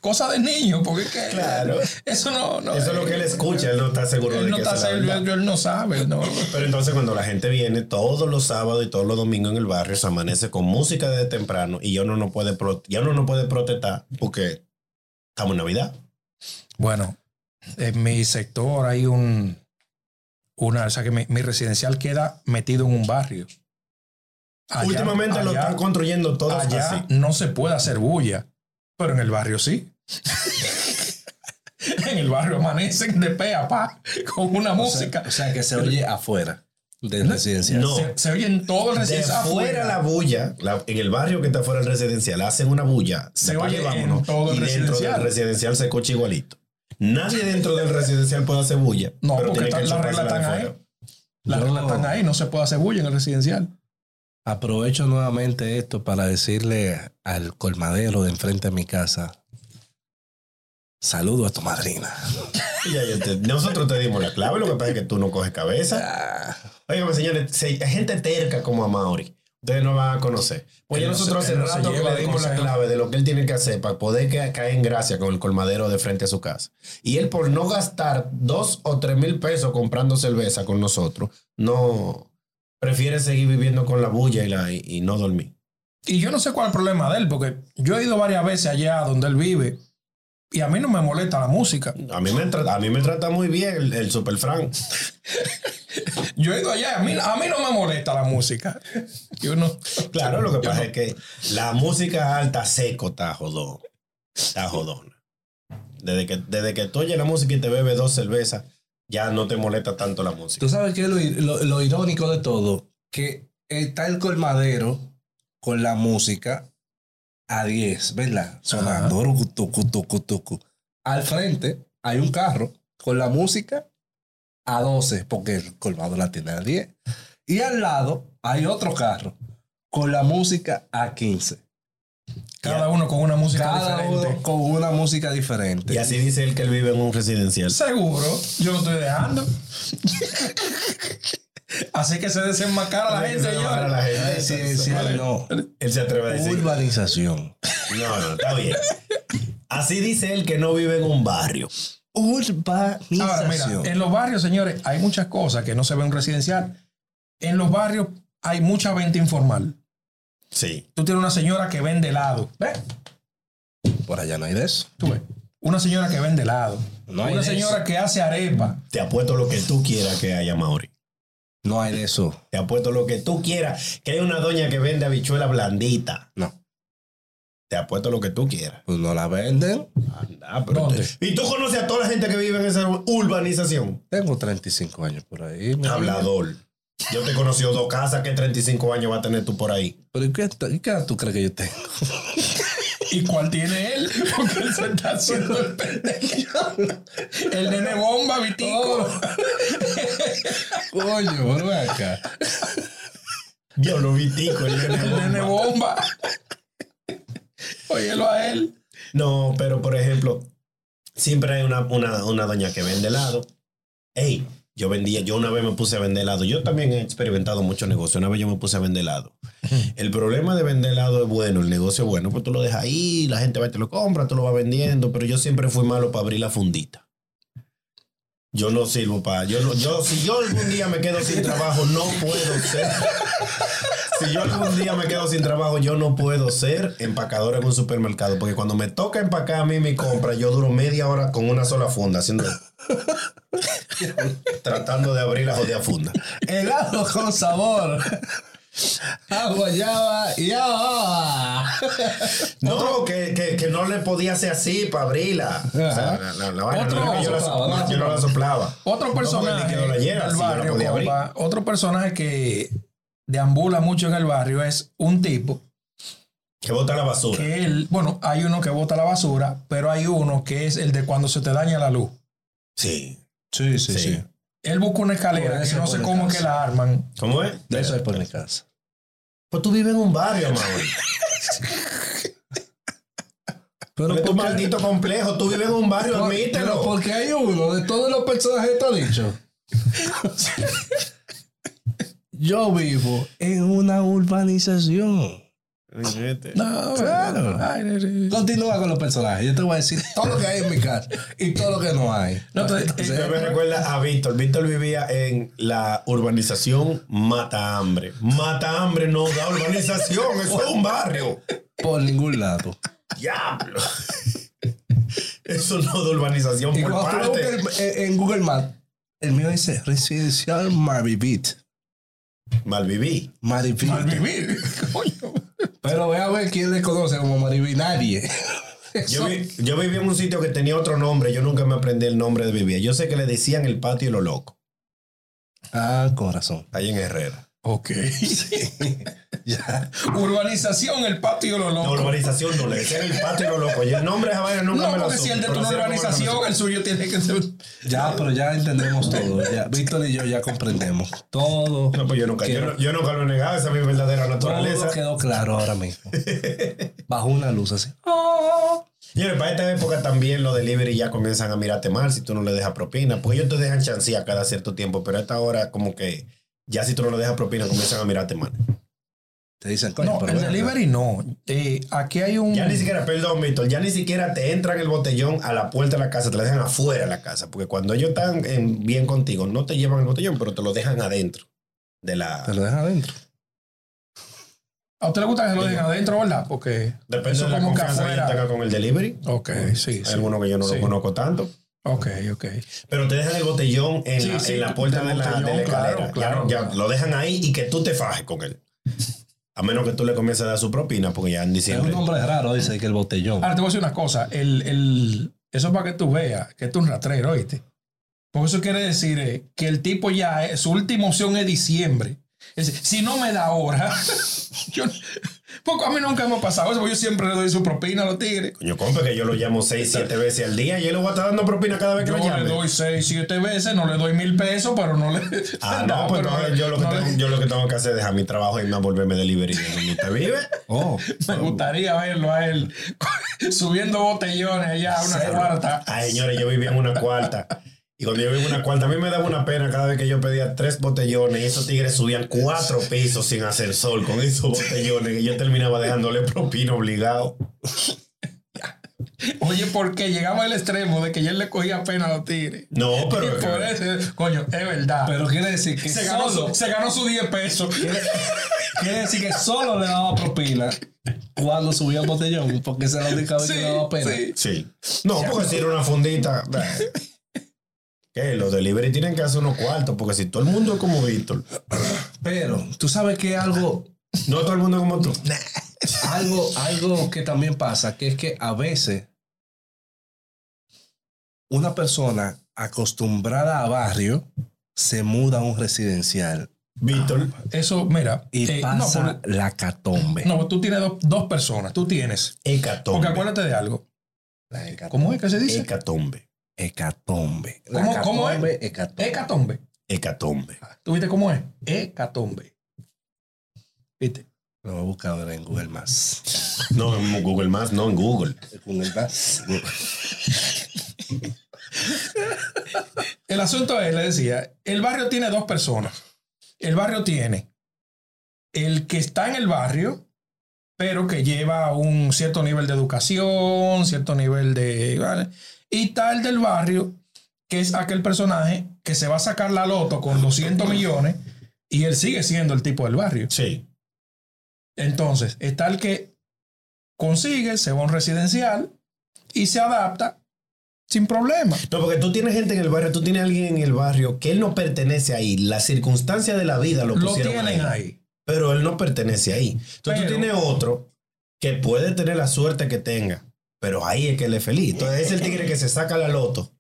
[SPEAKER 2] Cosa de niño, porque es que
[SPEAKER 1] Claro.
[SPEAKER 2] eso no, no-
[SPEAKER 1] Eso es lo que él escucha, él no está seguro
[SPEAKER 2] Él
[SPEAKER 1] de
[SPEAKER 2] no
[SPEAKER 1] que
[SPEAKER 2] está
[SPEAKER 1] sea la
[SPEAKER 2] seguro,
[SPEAKER 1] verdad.
[SPEAKER 2] él, él no sabe, no.
[SPEAKER 1] Pero entonces cuando la gente viene todos los sábados y todos los domingos en el barrio, se amanece con música desde temprano y ya uno no puede, pro- ya uno no puede protestar porque estamos en Navidad.
[SPEAKER 2] Bueno, en mi sector hay un. Una, o sea que mi, mi residencial queda metido en un barrio. Allá-
[SPEAKER 1] Últimamente lo
[SPEAKER 2] allá-
[SPEAKER 1] están construyendo todos
[SPEAKER 2] allá
[SPEAKER 1] así.
[SPEAKER 2] no se puede hacer bulla, pero en el barrio sí. en el barrio amanecen de pe a pa con una
[SPEAKER 3] O sea,
[SPEAKER 2] música.
[SPEAKER 3] o sea, que se oye afuera del residencial.
[SPEAKER 1] No.
[SPEAKER 2] se, se oye en todo el
[SPEAKER 1] De
[SPEAKER 2] residencial.
[SPEAKER 1] afuera la bulla, la- en el barrio que está afuera del residencial, hacen una bulla,
[SPEAKER 2] Se
[SPEAKER 1] de
[SPEAKER 2] oye
[SPEAKER 1] pague,
[SPEAKER 2] en
[SPEAKER 1] vámonos,
[SPEAKER 2] todo el
[SPEAKER 1] y dentro
[SPEAKER 2] residencial.
[SPEAKER 1] del residencial se escucha igualito. Nadie dentro del residencial puede hacer bulla.
[SPEAKER 2] No,
[SPEAKER 1] pero
[SPEAKER 2] porque
[SPEAKER 1] tiene que
[SPEAKER 2] está- las
[SPEAKER 1] chuparse la
[SPEAKER 2] reglas
[SPEAKER 1] de
[SPEAKER 2] están ahí.
[SPEAKER 1] afuera.
[SPEAKER 2] Las
[SPEAKER 3] Yo-
[SPEAKER 2] reglas están ahí, no se puede hacer bulla en el residencial.
[SPEAKER 3] Aprovecho nuevamente esto para decirle al colmadero de enfrente a mi casa. Saludo a tu madrina.
[SPEAKER 1] Y ya yo te- nosotros te dimos la clave, lo que pasa es que tú no coges cabeza.
[SPEAKER 3] Ah,
[SPEAKER 1] Oigan, señores, se- hay gente terca como Amaury. Ustedes no van a conocer. Pues
[SPEAKER 2] Él
[SPEAKER 1] ya
[SPEAKER 2] no se-
[SPEAKER 1] nosotros hace
[SPEAKER 2] él no se
[SPEAKER 1] rato que
[SPEAKER 2] lleva
[SPEAKER 1] le
[SPEAKER 2] de
[SPEAKER 1] dimos la
[SPEAKER 2] consejo.
[SPEAKER 1] clave de lo que él tiene que hacer para poder ca- caer en gracia con el colmadero de frente a su casa. Y él, por no gastar dos o tres mil pesos comprando cerveza con nosotros, no prefiere seguir viviendo con la bulla y, la, y, y no dormir.
[SPEAKER 2] Y yo no sé cuál es el problema de él, porque yo he ido varias veces allá donde él vive y a mí no me molesta la música.
[SPEAKER 1] A mí me, tra- a mí me trata muy bien el, el Super Frank.
[SPEAKER 2] Yo he ido allá, a mí, a mí no me molesta la música. Yo no.
[SPEAKER 1] Claro, lo que
[SPEAKER 2] yo
[SPEAKER 1] pasa
[SPEAKER 2] no.
[SPEAKER 1] es que la música alta seco está jodón. Está jodona. Desde que, desde que tú oyes la música y te bebes dos cervezas, ya no te molesta tanto la música.
[SPEAKER 3] Tú sabes que lo, lo- lo irónico de todo, que está el colmadero con la música a 10, ¿verdad? Sonando. rucu, tucu, tucu, tucu. Al frente hay un carro con la música a 12, porque el colmado la tiene a 10. Y al lado hay otro carro con la música a 15.
[SPEAKER 2] Cada uno con una música
[SPEAKER 3] Cada
[SPEAKER 2] diferente.
[SPEAKER 3] uno con una música diferente.
[SPEAKER 1] Y así dice él que él vive en un residencial.
[SPEAKER 2] Seguro, yo lo estoy dejando. Así que se desenmascara la gente,
[SPEAKER 1] Para
[SPEAKER 2] señor.
[SPEAKER 1] la gente.
[SPEAKER 3] Ay, sí, sí,
[SPEAKER 1] Vale.
[SPEAKER 3] no.
[SPEAKER 1] Él se atreve a decir.
[SPEAKER 3] Urbanización.
[SPEAKER 1] No, no, está bien. Así dice él que no vive en un barrio.
[SPEAKER 3] Urbanización.
[SPEAKER 2] Ahora, mira, en los barrios, señores, hay muchas cosas que no se ven en un residencial. En los barrios hay mucha venta informal.
[SPEAKER 1] Sí.
[SPEAKER 2] Tú tienes una señora que vende helado. ¿Ves?
[SPEAKER 3] Por allá no hay de eso.
[SPEAKER 2] Tú ves. Una señora que vende helado.
[SPEAKER 3] No hay
[SPEAKER 2] una
[SPEAKER 3] de
[SPEAKER 2] señora que hace arepa.
[SPEAKER 1] Te apuesto lo que tú quieras que haya, Mauri.
[SPEAKER 3] No hay de eso.
[SPEAKER 1] Te apuesto lo que tú quieras. Que hay una doña que vende habichuela blandita.
[SPEAKER 3] No.
[SPEAKER 1] Te apuesto lo que tú quieras.
[SPEAKER 3] Pues no la venden.
[SPEAKER 1] Anda, Ah, pero
[SPEAKER 2] ¿Dónde?
[SPEAKER 1] tú- y tú conoces a toda la gente que vive en esa urbanización.
[SPEAKER 3] Tengo 35 años por ahí. mi amigo.
[SPEAKER 1] Hablador. Yo te conocí dos casas que 35 años va a tener tú por ahí.
[SPEAKER 3] Pero ¿y ¿qué, y qué edad tú crees que yo tengo?
[SPEAKER 2] ¿Y cuál tiene él? Porque él se está haciendo el pendejo. El nene bomba, Vitico.
[SPEAKER 3] Coño, por ven acá.
[SPEAKER 1] Diablo vitico, el nene
[SPEAKER 2] El nene
[SPEAKER 1] bomba.
[SPEAKER 2] bomba. Óyelo a él.
[SPEAKER 1] No, pero por ejemplo, siempre hay una, una, una doña que vende helado. Ey, yo vendía, yo una vez me puse a vender helado. Yo también he experimentado mucho negocio. Una vez yo me puse a vender helado. El problema de vender helado es bueno, el negocio es bueno, pues tú lo dejas ahí, la gente va y te lo compra, tú lo vas vendiendo, pero yo siempre fui malo para abrir la fundita. Yo no sirvo para, yo, no- yo, si yo algún día me quedo sin trabajo, no puedo ser. Si yo algún día me quedo sin trabajo, yo no puedo ser empacador en un supermercado, porque cuando me toca empacar a mí mi compra, yo duro media hora con una sola funda, haciendo, tratando de abrir la jodida funda.
[SPEAKER 3] Helado con sabor. Agua llava y agua.
[SPEAKER 1] No, que, que, que no le podía hacer así para abrirla. O sea, la, la- la vaina,
[SPEAKER 2] Otro-
[SPEAKER 1] no, yo, la
[SPEAKER 3] soplaba,
[SPEAKER 1] soplaba,
[SPEAKER 3] ¿no?
[SPEAKER 1] yo no la soplaba.
[SPEAKER 2] Otro
[SPEAKER 1] porque
[SPEAKER 2] personaje
[SPEAKER 1] ni que no la llena,
[SPEAKER 2] del
[SPEAKER 1] si no la
[SPEAKER 2] barrio,
[SPEAKER 1] podía abrir.
[SPEAKER 2] compa, otro personaje que deambula mucho en el barrio es un tipo
[SPEAKER 1] Que bota la basura.
[SPEAKER 2] que él, bueno, hay uno que bota la basura, pero hay uno que es el de cuando se te daña la luz.
[SPEAKER 1] Sí.
[SPEAKER 3] Sí,
[SPEAKER 1] sí, sí.
[SPEAKER 2] Él busca una escalera
[SPEAKER 3] Oh, Por
[SPEAKER 2] que
[SPEAKER 3] eso
[SPEAKER 2] no sé
[SPEAKER 3] pone
[SPEAKER 2] cómo
[SPEAKER 3] casa.
[SPEAKER 2] que la arman.
[SPEAKER 1] ¿Cómo es?
[SPEAKER 3] De eso es por mi casa.
[SPEAKER 1] Pues tú vives en un barrio, mamá.
[SPEAKER 3] Pero
[SPEAKER 1] Porque tu
[SPEAKER 3] porque-
[SPEAKER 1] maldito complejo, tú vives en un barrio,
[SPEAKER 3] por- pero
[SPEAKER 1] admítelo.
[SPEAKER 3] porque hay uno de todos los personajes que tú has dicho. Yo vivo en una urbanización.
[SPEAKER 2] No,
[SPEAKER 3] Claro.
[SPEAKER 2] ay, ay, ay.
[SPEAKER 3] Continúa con los personajes. Yo te voy a decir todo lo que hay en mi casa y todo lo que no hay.
[SPEAKER 2] No, te-
[SPEAKER 3] Entonces,
[SPEAKER 1] Usted me recuerda a Víctor. Víctor vivía en la urbanización Mata Hambre. Mata Hambre no da urbanización, eso es un barrio.
[SPEAKER 3] por ningún lado.
[SPEAKER 1] Diablo. Eso no da urbanización
[SPEAKER 3] Y
[SPEAKER 1] por
[SPEAKER 3] cuando tú lo
[SPEAKER 1] parte.
[SPEAKER 3] buscas en, en Google Maps, el mío dice residencial Marivit.
[SPEAKER 1] Malviví.
[SPEAKER 3] Marivit.
[SPEAKER 2] Al vivir, coño.
[SPEAKER 3] Pero ve a ver quién le conoce como Marivit. Nadie.
[SPEAKER 1] Yo,
[SPEAKER 3] Eso-
[SPEAKER 1] vi- yo vivía en un sitio que tenía otro nombre. Yo nunca me aprendí el nombre de vivía. Yo sé que le decían el patio y lo loco.
[SPEAKER 3] Ah, corazón.
[SPEAKER 1] Ahí en Herrera.
[SPEAKER 2] Ok.
[SPEAKER 3] Ya.
[SPEAKER 2] Urbanización, el patio lo
[SPEAKER 1] No,
[SPEAKER 2] loco.
[SPEAKER 1] urbanización no, le decían el patio y lo loco. Yo el nombre de esa vaina nunca
[SPEAKER 2] No,
[SPEAKER 1] me lo
[SPEAKER 2] porque
[SPEAKER 1] supe,
[SPEAKER 2] si el de tu
[SPEAKER 1] pero sé cómo lo
[SPEAKER 2] urbanización, el suyo tiene que ser.
[SPEAKER 3] Ya, pero ya entendemos todo. Ya, Víctor y yo ya comprendemos todo.
[SPEAKER 1] No, pues yo nunca, yo,
[SPEAKER 3] Quedó-
[SPEAKER 1] no- yo nunca lo he negado, esa es mi verdadera naturaleza.
[SPEAKER 3] todo quedó claro ahora mismo. Bajo una luz así.
[SPEAKER 1] Señores, para esta época también los delivery ya comienzan a mirarte mal si tú no le dejas propina, porque ellos te dejan chancía cada cierto tiempo, pero a esta hora como que ya si tú no le dejas propina comienzan a mirarte mal.
[SPEAKER 4] Te dicen, coño,
[SPEAKER 2] No,
[SPEAKER 4] pero
[SPEAKER 2] el
[SPEAKER 4] ven acá.
[SPEAKER 2] delivery no. Eh, aquí hay un.
[SPEAKER 1] Ya ni siquiera, perdón, Víctor, ya ni siquiera te entran el botellón a la puerta de la casa, te lo dejan afuera de la casa. Porque cuando ellos están en- bien contigo, no te llevan el botellón, pero te lo dejan adentro de
[SPEAKER 4] Te
[SPEAKER 1] la.
[SPEAKER 4] lo dejan adentro.
[SPEAKER 2] A usted le gusta que se lo dejen adentro, ¿verdad? Porque.
[SPEAKER 1] Depende
[SPEAKER 2] eso
[SPEAKER 1] de la
[SPEAKER 2] como que
[SPEAKER 1] confianza que yo
[SPEAKER 2] afuera.
[SPEAKER 1] tenga con el delivery.
[SPEAKER 2] Ok, sí,
[SPEAKER 1] Hay
[SPEAKER 2] sí.
[SPEAKER 1] algunos que yo no
[SPEAKER 2] Sí.
[SPEAKER 1] lo conozco tanto.
[SPEAKER 2] Ok, ok.
[SPEAKER 1] Pero te dejan el botellón en,
[SPEAKER 2] Sí,
[SPEAKER 1] la,
[SPEAKER 2] sí,
[SPEAKER 1] en la puerta
[SPEAKER 2] el
[SPEAKER 1] de la, de la
[SPEAKER 2] botellón,
[SPEAKER 1] escalera.
[SPEAKER 2] claro,
[SPEAKER 1] Ya
[SPEAKER 2] claro,
[SPEAKER 1] no- ya,
[SPEAKER 2] claro.
[SPEAKER 1] lo dejan ahí y que tú te fajes con él. A menos que tú le comiences a dar su propina, porque ya en
[SPEAKER 3] Es
[SPEAKER 1] diciembre.
[SPEAKER 3] un nombre raro, dice que el botellón.
[SPEAKER 2] Ahora te voy a decir una cosa. El, el, eso es para que tú veas que esto es un rastrero, ¿oíste? Porque eso quiere decir eh, que el tipo ya, eh, su última opción es diciembre. Es decir, si no me da ahora, yo, poco a mí nunca hemos pasado eso, porque yo siempre le doy su propina a los tigres.
[SPEAKER 1] Coño, compa, que yo lo llamo seis, siete veces al día y él le voy a estar dando propina cada vez que
[SPEAKER 2] Yo
[SPEAKER 1] lo
[SPEAKER 2] le
[SPEAKER 1] llame.
[SPEAKER 2] doy seis, siete veces, no le doy mil pesos, pero no le.
[SPEAKER 1] Ah, no, pues
[SPEAKER 2] pero
[SPEAKER 1] entonces yo, lo que
[SPEAKER 2] no le-
[SPEAKER 1] tengo, yo lo que tengo que hacer es dejar mi trabajo y irme a volverme delivery. ¿Dónde te vive?
[SPEAKER 3] Oh,
[SPEAKER 2] Me gustaría verlo a él subiendo botellones allá a una cuarta.
[SPEAKER 1] Ay, señores, yo vivía en una cuarta. Y cuando yo vivía en una cuarta, a mí me daba una pena cada vez que yo pedía tres botellones y esos tigres subían cuatro pisos sin hacer sol con esos botellones. Y yo terminaba dejándole propina obligado.
[SPEAKER 2] Oye, porque llegamos al extremo de que ya él le cogía pena a los tigres.
[SPEAKER 1] No, pero.
[SPEAKER 2] y por eso, eh. coño, es verdad.
[SPEAKER 3] pero quiere decir que
[SPEAKER 2] se, ganó,
[SPEAKER 3] solo,
[SPEAKER 2] su- se ganó sus 10 pesos.
[SPEAKER 3] quiere decir que solo le daba propina cuando subía el botellón, porque esa es la única vez
[SPEAKER 2] Sí,
[SPEAKER 3] que le daba pena.
[SPEAKER 2] sí.
[SPEAKER 1] Sí. No, porque si era una fundita. Que los delivery tienen que hacer unos cuartos, porque si todo el mundo es como Víctor,
[SPEAKER 3] Pero tú sabes que algo,
[SPEAKER 1] no todo el mundo es como tú.
[SPEAKER 3] algo, algo que también pasa, que es que a veces una persona acostumbrada a barrio se muda a un residencial
[SPEAKER 1] Víctor,
[SPEAKER 2] Eso, mira.
[SPEAKER 3] y
[SPEAKER 2] eh,
[SPEAKER 3] pasa
[SPEAKER 2] no,
[SPEAKER 3] la catombe.
[SPEAKER 2] por- no, tú tienes dos, dos personas. Tú tienes. Porque
[SPEAKER 1] hecatombe.
[SPEAKER 2] acuérdate de algo.
[SPEAKER 3] La hecatombe.
[SPEAKER 2] ¿Cómo es que se dice?
[SPEAKER 1] Hecatombe.
[SPEAKER 3] Hecatombe. La
[SPEAKER 2] ¿Cómo- cómo es?
[SPEAKER 3] catombe, hecatombe.
[SPEAKER 2] Hecatombe.
[SPEAKER 1] Hecatombe.
[SPEAKER 2] ¿Tú viste cómo es? Hecatombe. ¿Viste?
[SPEAKER 3] Lo voy a buscar ahora en Google Maps.
[SPEAKER 1] No, en Google Maps, no en Google.
[SPEAKER 3] Google Maps.
[SPEAKER 2] El asunto es, le decía, el barrio tiene dos personas. El barrio tiene el que está en el barrio, pero que lleva un cierto nivel de educación, cierto nivel de... ¿vale? Y tal del barrio, que es aquel personaje que se va a sacar la loto con 200 millones y él sigue siendo el tipo del barrio.
[SPEAKER 1] Sí.
[SPEAKER 2] Entonces, es tal que consigue, se va a un residencial y se adapta sin problema.
[SPEAKER 1] No, porque tú tienes gente en el barrio, tú tienes alguien en el barrio que él no pertenece ahí. Las circunstancias de la vida lo
[SPEAKER 2] Lo
[SPEAKER 1] pusieron
[SPEAKER 2] tienen
[SPEAKER 1] ahí,
[SPEAKER 2] ahí.
[SPEAKER 1] Pero él no pertenece ahí. Entonces tú
[SPEAKER 2] Pero-
[SPEAKER 1] tienes otro que puede tener la suerte que tenga, pero ahí es que él es feliz. Entonces es el tigre que se saca la loto.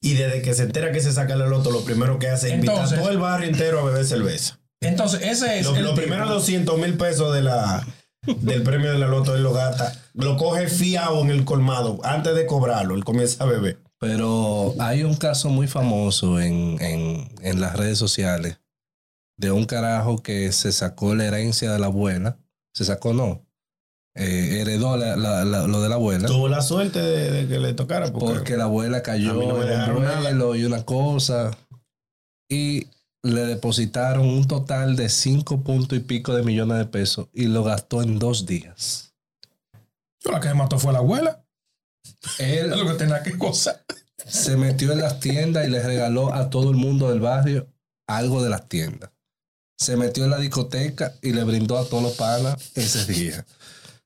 [SPEAKER 1] Y desde que se entera que se saca la loto, lo primero que hace es invitar a
[SPEAKER 2] Entonces-
[SPEAKER 1] todo el barrio entero a beber cerveza.
[SPEAKER 2] Entonces, ese es
[SPEAKER 1] Los
[SPEAKER 2] el
[SPEAKER 1] los
[SPEAKER 2] tipo.
[SPEAKER 1] primeros 200 mil pesos de la, del premio de la loto él lo gasta. Lo coge fiado en el colmado. Antes de cobrarlo, él comienza a beber.
[SPEAKER 3] Pero hay un caso muy famoso en, en, en las redes sociales de un carajo que se sacó la herencia de la abuela. Se sacó, no. Eh, heredó la- la- la- lo de la abuela.
[SPEAKER 1] Tuvo la suerte de, de que le tocara. Porque,
[SPEAKER 3] Porque la abuela cayó
[SPEAKER 1] A mí no me
[SPEAKER 3] en
[SPEAKER 1] dejaron
[SPEAKER 3] un
[SPEAKER 1] nada.
[SPEAKER 3] vuelo y una cosa. Y le depositaron un total de cinco puntos y pico de millones de pesos y lo gastó en dos días.
[SPEAKER 2] Yo la que se mató fue la abuela. Es
[SPEAKER 3] Él
[SPEAKER 2] lo que tenía que cosa.
[SPEAKER 3] se metió en las tiendas y le regaló a todo el mundo del barrio algo de las tiendas. Se metió en la discoteca y le brindó a todos los panas ese día.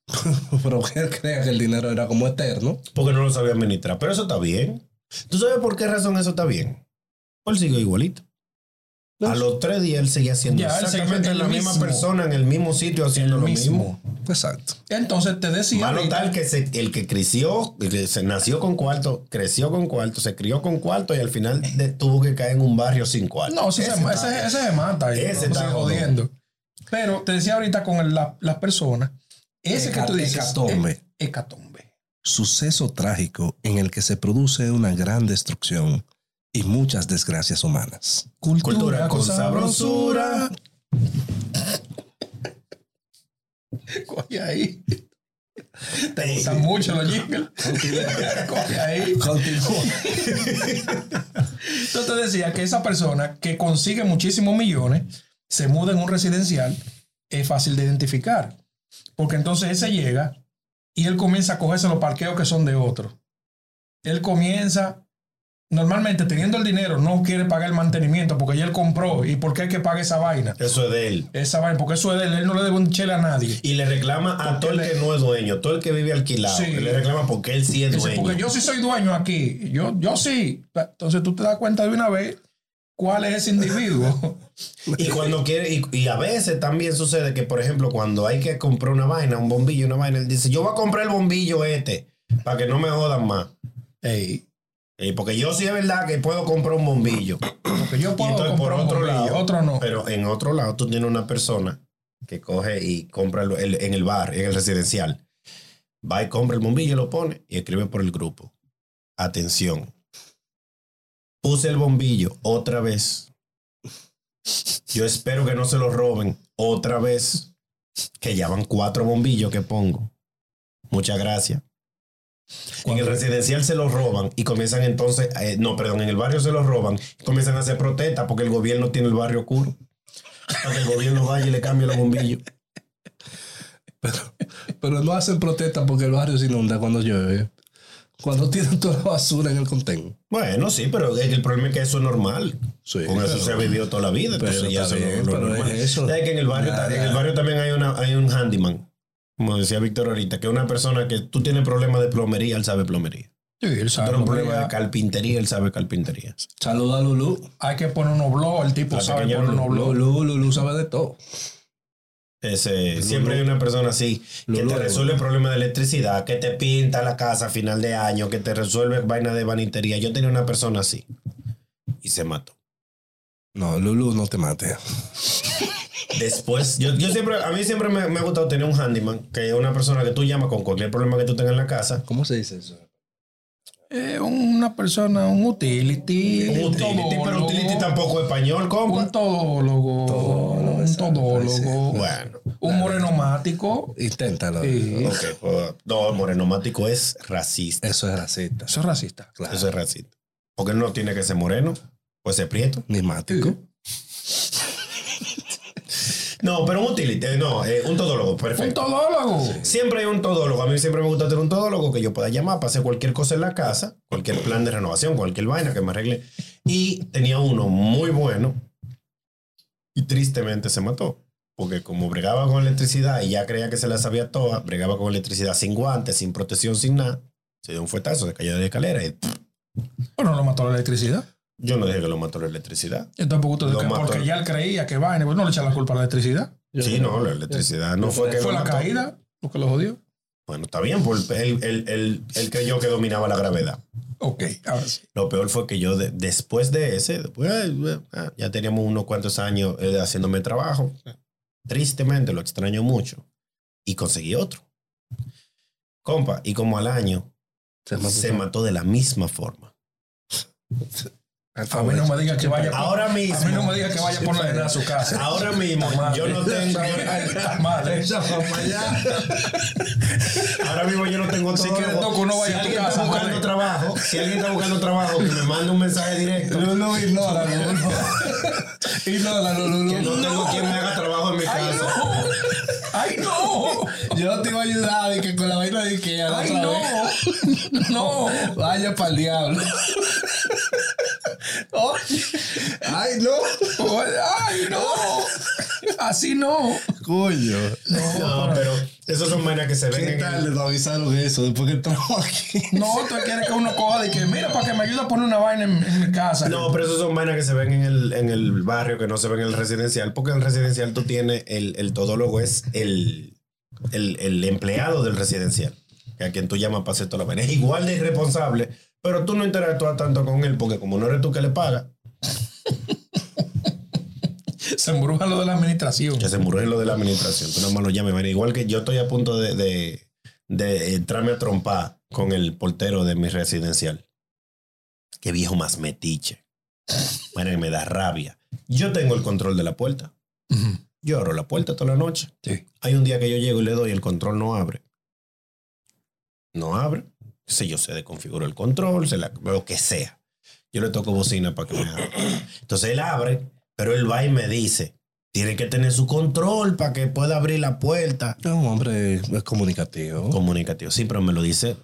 [SPEAKER 3] Pero que él crea que el dinero era como eterno.
[SPEAKER 1] porque no lo sabía administrar. Pero eso está bien. ¿Tú sabes por qué razón eso está bien? Él siguió igualito. A los tres días él seguía siendo
[SPEAKER 2] Ya, él seguía
[SPEAKER 1] exactamente
[SPEAKER 2] el
[SPEAKER 1] la misma
[SPEAKER 2] mismo.
[SPEAKER 1] persona en el mismo sitio haciendo lo mismo.
[SPEAKER 3] Exacto.
[SPEAKER 2] Entonces te decía.
[SPEAKER 1] Malo
[SPEAKER 2] ahorita,
[SPEAKER 1] tal que se- el que creció, el que se nació con cuarto, creció con cuarto, se crió con cuarto y al final de- tuvo que caer en un barrio sin cuarto.
[SPEAKER 2] No, ese, se,
[SPEAKER 1] Ese
[SPEAKER 2] ese-
[SPEAKER 1] está-
[SPEAKER 2] ese se mata.
[SPEAKER 1] Ese
[SPEAKER 2] Ese
[SPEAKER 1] está
[SPEAKER 2] está
[SPEAKER 1] jodón.
[SPEAKER 2] jodiendo. Pero te decía ahorita con el- la- las personas. Ese que tú
[SPEAKER 3] Heca-
[SPEAKER 2] dices.
[SPEAKER 3] hecatombe.
[SPEAKER 2] he- Hecatombe.
[SPEAKER 3] suceso trágico en el que se produce una gran destrucción y muchas desgracias humanas.
[SPEAKER 1] Cultura con sabrosura.
[SPEAKER 2] Coge ahí. Te gustan mucho los jingles. Coge ahí.
[SPEAKER 3] Continúa.
[SPEAKER 2] Entonces te decía que esa persona que consigue muchísimos millones se muda en un residencial es fácil de identificar. Porque entonces ese llega y él comienza a cogerse los parqueos que son de otros. Él comienza, normalmente teniendo el dinero, no quiere pagar el mantenimiento porque ya él compró. ¿Y por qué hay que pagar esa vaina?
[SPEAKER 1] Eso es de él.
[SPEAKER 2] Esa vaina, porque eso es de él, él no le debe un chela a nadie.
[SPEAKER 1] Y le reclama a
[SPEAKER 2] Porque
[SPEAKER 1] todo el
[SPEAKER 2] le-
[SPEAKER 1] que no es dueño, todo el que vive alquilado.
[SPEAKER 2] Sí.
[SPEAKER 1] Le reclama porque él sí es
[SPEAKER 2] Dice,
[SPEAKER 1] dueño.
[SPEAKER 2] porque yo sí soy dueño aquí, yo, yo sí. Entonces tú te das cuenta de una vez cuál es ese individuo.
[SPEAKER 1] Y cuando quiere, y, y a veces también sucede que, por ejemplo, cuando hay que comprar una vaina, un bombillo, una vaina, él dice, yo voy a comprar el bombillo este, para que no me jodan más.
[SPEAKER 2] Ey,
[SPEAKER 1] Eh, porque yo sí es verdad que puedo comprar un bombillo.
[SPEAKER 2] porque yo
[SPEAKER 1] Y
[SPEAKER 2] puedo
[SPEAKER 1] entonces,
[SPEAKER 2] comprar
[SPEAKER 1] por
[SPEAKER 2] un
[SPEAKER 1] otro
[SPEAKER 2] bombillo,
[SPEAKER 1] lado,
[SPEAKER 2] otro no.
[SPEAKER 1] Pero en otro lado, tú tienes una persona que coge y compra el- el- en el bar, en el residencial. Va y compra el bombillo, lo pone y escribe por el grupo. Atención. Puse el bombillo otra vez. Yo espero que no se lo roben otra vez. Que ya van cuatro bombillos que pongo. Muchas gracias. En el residencial se los roban y comienzan entonces, eh, no, perdón, en el barrio se los roban y comienzan a hacer protestas porque el gobierno tiene el barrio oscuro. Para que el gobierno vaya y le cambie los bombillos.
[SPEAKER 5] Pero no hacen protesta porque el barrio se inunda cuando llueve. Cuando tiran toda la basura en el contén.
[SPEAKER 1] Bueno, sí, pero el el problema es que eso es normal.
[SPEAKER 5] Sí,
[SPEAKER 1] Con eso
[SPEAKER 5] pero-
[SPEAKER 1] se ha vivido toda la vida.
[SPEAKER 5] pero
[SPEAKER 1] entonces ya
[SPEAKER 5] está
[SPEAKER 1] eso no-
[SPEAKER 5] bien,
[SPEAKER 1] no
[SPEAKER 5] pero
[SPEAKER 1] normal.
[SPEAKER 5] es eso.
[SPEAKER 1] Ya que en el barrio,
[SPEAKER 5] Nada.
[SPEAKER 1] ta- en el barrio también hay, una, hay un handyman. Como decía Víctor ahorita, que es una persona que tú tienes problemas de plomería, él sabe plomería.
[SPEAKER 2] Sí, él
[SPEAKER 1] Tú tienes
[SPEAKER 2] sabe
[SPEAKER 1] un
[SPEAKER 2] lo que
[SPEAKER 1] problema de
[SPEAKER 2] es.
[SPEAKER 1] carpintería, él sabe carpintería.
[SPEAKER 5] Saluda a Lulú.
[SPEAKER 2] Hay que poner unos blogs, el tipo
[SPEAKER 1] La
[SPEAKER 2] sabe
[SPEAKER 1] pequeña
[SPEAKER 2] poner unos
[SPEAKER 1] Lulú.
[SPEAKER 2] blogs.
[SPEAKER 5] Lulú, Lulú sabe de todo.
[SPEAKER 1] Ese,
[SPEAKER 5] Lulú.
[SPEAKER 1] siempre hay una persona así que
[SPEAKER 5] Lulú.
[SPEAKER 1] te resuelve el problema de electricidad, que te pinta la casa a final de año, que te resuelve vaina de vanitería. Yo tenía una persona así y se mató.
[SPEAKER 5] No, Lulú, no te mates.
[SPEAKER 1] Después, yo, yo siempre, a mí siempre me, me ha gustado tener un handyman, que es una persona que tú llamas con cualquier problema que tú tengas en la casa.
[SPEAKER 5] ¿Cómo se dice eso?
[SPEAKER 2] Eh, una persona, un utility,
[SPEAKER 1] Un utility,
[SPEAKER 2] todólogo,
[SPEAKER 1] pero utility tampoco es español, compa.
[SPEAKER 2] Un todólogo,
[SPEAKER 5] Todólogo,
[SPEAKER 2] un
[SPEAKER 5] exacto,
[SPEAKER 2] todólogo,
[SPEAKER 5] sí.
[SPEAKER 1] Bueno,
[SPEAKER 2] un morenomático.
[SPEAKER 5] Inténtalo.
[SPEAKER 2] Sí.
[SPEAKER 1] ok. pues, no, morenomático es racista.
[SPEAKER 5] Eso es racista.
[SPEAKER 2] Eso es racista.
[SPEAKER 5] Claro.
[SPEAKER 1] Eso es racista. Porque no tiene que ser moreno, pues ser prieto.
[SPEAKER 5] Nismático.
[SPEAKER 1] No, pero un utility, eh, no, eh, un todólogo, perfecto.
[SPEAKER 2] Un todólogo.
[SPEAKER 1] Siempre hay un todólogo. A mí siempre me gusta tener un todólogo que yo pueda llamar para hacer cualquier cosa en la casa, cualquier plan de renovación, cualquier vaina que me arregle. Y tenía uno muy bueno y tristemente se mató. Porque como bregaba con electricidad y ya creía que se la sabía toda, bregaba con electricidad sin guantes, sin protección, sin nada, se dio un fuetazo, se cayó de la escalera y pff,
[SPEAKER 2] Bueno, lo mató la electricidad.
[SPEAKER 1] yo no dije que lo mató la electricidad.
[SPEAKER 2] Yo tampoco te digo
[SPEAKER 1] Lo
[SPEAKER 2] que-
[SPEAKER 1] mató.
[SPEAKER 2] porque ya él creía que vaina, pues no le echa la culpa a la electricidad.
[SPEAKER 5] Yo
[SPEAKER 1] sí,
[SPEAKER 5] creo-
[SPEAKER 1] no, la electricidad no fue que
[SPEAKER 2] Fue
[SPEAKER 1] lo
[SPEAKER 2] la
[SPEAKER 1] mató.
[SPEAKER 2] caída lo que lo jodió.
[SPEAKER 1] Bueno, está bien, porque él, él, él, él creyó que dominaba la gravedad.
[SPEAKER 2] Ok, ahora sí.
[SPEAKER 1] Lo peor fue que yo de- después de ese, después, ay, eh, ah, ya teníamos unos cuantos años eh, haciéndome el trabajo. Tristemente, lo extraño mucho. Y conseguí otro. Compa, y como al año,
[SPEAKER 5] Se mató.
[SPEAKER 1] se mató de la misma forma.
[SPEAKER 2] A mí no me diga que vaya por,
[SPEAKER 1] Ah, Ahora mismo.
[SPEAKER 2] a mí no me diga que vaya por la entrada a su casa.
[SPEAKER 1] Ahora mismo,
[SPEAKER 2] Está mal.
[SPEAKER 1] yo no tengo,
[SPEAKER 2] Ahí está mal, ¿eh?
[SPEAKER 1] ahora mismo yo no tengo
[SPEAKER 2] Si
[SPEAKER 1] todo.
[SPEAKER 2] quieres, Doco, no vaya
[SPEAKER 1] si
[SPEAKER 2] a tu
[SPEAKER 1] alguien
[SPEAKER 2] casa,
[SPEAKER 1] está buscando
[SPEAKER 2] madre.
[SPEAKER 1] trabajo, si alguien está buscando trabajo, que me mande un mensaje directo.
[SPEAKER 5] Lulú, ignora, Lulú. Ignora,
[SPEAKER 1] Que
[SPEAKER 5] Lulú.
[SPEAKER 1] no tengo quien me haga trabajo en mi
[SPEAKER 2] ¡Ay,
[SPEAKER 1] casa.
[SPEAKER 2] no! ¡Ay, no!
[SPEAKER 5] Yo te iba a ayudar de que con la vaina de que
[SPEAKER 2] ¡Ay, no! ¡No!
[SPEAKER 5] Vaya para el diablo. Ay, no.
[SPEAKER 2] ¡Ay, no! Así no.
[SPEAKER 5] Coño. Eh.
[SPEAKER 1] No, pero esas son vainas que se ven
[SPEAKER 5] ¿Qué
[SPEAKER 1] en el-
[SPEAKER 5] tal les avisaron eso después que entramos aquí?
[SPEAKER 2] No, tú quieres que uno coja de que, mira, para que me ayude a poner una vaina en, en mi casa.
[SPEAKER 1] No, pero esos son vainas que se ven en el, en el barrio, que no se ven en el residencial, porque en el residencial tú tienes, el, el todólogo es el, el, el empleado del residencial, que a quien tú llamas para hacer toda la vaina. Es igual de irresponsable, pero tú no interactúas tanto con él, porque como no eres tú que le paga,
[SPEAKER 2] Se embruja lo de la administración.
[SPEAKER 1] que se murió en lo de la administración, tú nada más lo llamas. vaina. Igual que yo estoy a punto de, de, de entrarme a trompar con el portero de mi residencial. Qué viejo más metiche. Bueno, que me da rabia. Yo tengo el control de la puerta. Yo abro la puerta toda la noche.
[SPEAKER 2] Sí.
[SPEAKER 1] Hay un día que yo llego y le doy, el control no abre. No abre. Si yo sé de configurar el control, se la, lo que sea. Yo le toco bocina para que me abra. Entonces él abre, pero él va y me dice, Tiene que tener su control para que pueda abrir la puerta.
[SPEAKER 3] Es un hombre es comunicativo.
[SPEAKER 1] Comunicativo. Sí, pero me lo dice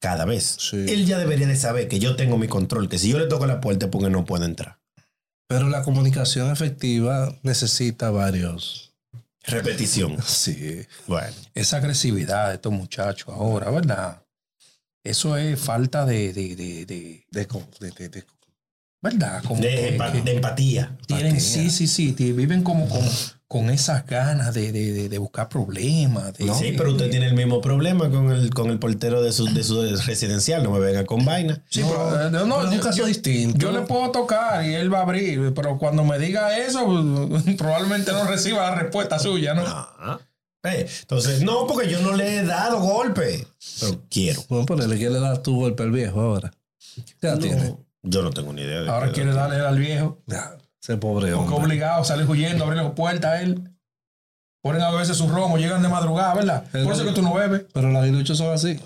[SPEAKER 1] cada vez.
[SPEAKER 3] Sí.
[SPEAKER 1] Él ya debería de saber que yo tengo mi control, que si yo le toco la puerta es porque no puede entrar.
[SPEAKER 3] Pero la comunicación efectiva necesita varios.
[SPEAKER 1] Repetición.
[SPEAKER 3] Sí.
[SPEAKER 1] Bueno.
[SPEAKER 2] Esa agresividad de estos muchachos ahora, ¿verdad? Eso es falta de, de, de, de-
[SPEAKER 3] De, co- de- de- de-
[SPEAKER 2] ¿verdad? Como
[SPEAKER 1] De,
[SPEAKER 2] que-
[SPEAKER 1] empa-
[SPEAKER 2] que
[SPEAKER 1] de empatía.
[SPEAKER 2] tienen,
[SPEAKER 3] empatía.
[SPEAKER 2] sí, sí, sí, ti- viven como, como con esas ganas de, de, de, de buscar problemas. de-
[SPEAKER 1] Sí, pero usted tiene el mismo problema con el, con el portero de su, de su residencial. No me venga con vaina.
[SPEAKER 2] Sí,
[SPEAKER 3] No,
[SPEAKER 2] pero, eh, no, no,
[SPEAKER 3] pero es un
[SPEAKER 2] yo-
[SPEAKER 3] caso
[SPEAKER 2] yo-
[SPEAKER 3] distinto.
[SPEAKER 2] Yo le puedo tocar y él va a abrir, pero cuando me diga eso, probablemente no reciba la respuesta suya, ¿no?
[SPEAKER 1] Ah. Eh, entonces, no, porque yo no le he dado golpe. Pero quiero.
[SPEAKER 3] Bueno, pero le quiere dar tu golpe al viejo ahora. Ya tiene.
[SPEAKER 1] No, yo no tengo ni idea. De
[SPEAKER 2] Ahora
[SPEAKER 1] qué-
[SPEAKER 2] quiere darle al viejo.
[SPEAKER 3] Ya, ese pobre
[SPEAKER 2] Porque
[SPEAKER 3] hombre.
[SPEAKER 2] obligado, salir huyendo, abrir las puertas a él. Ponen a veces su romo, llegan de madrugada, ¿verdad?
[SPEAKER 3] El-
[SPEAKER 2] Por eso que tú no bebes.
[SPEAKER 3] Pero los aguiluchos son así.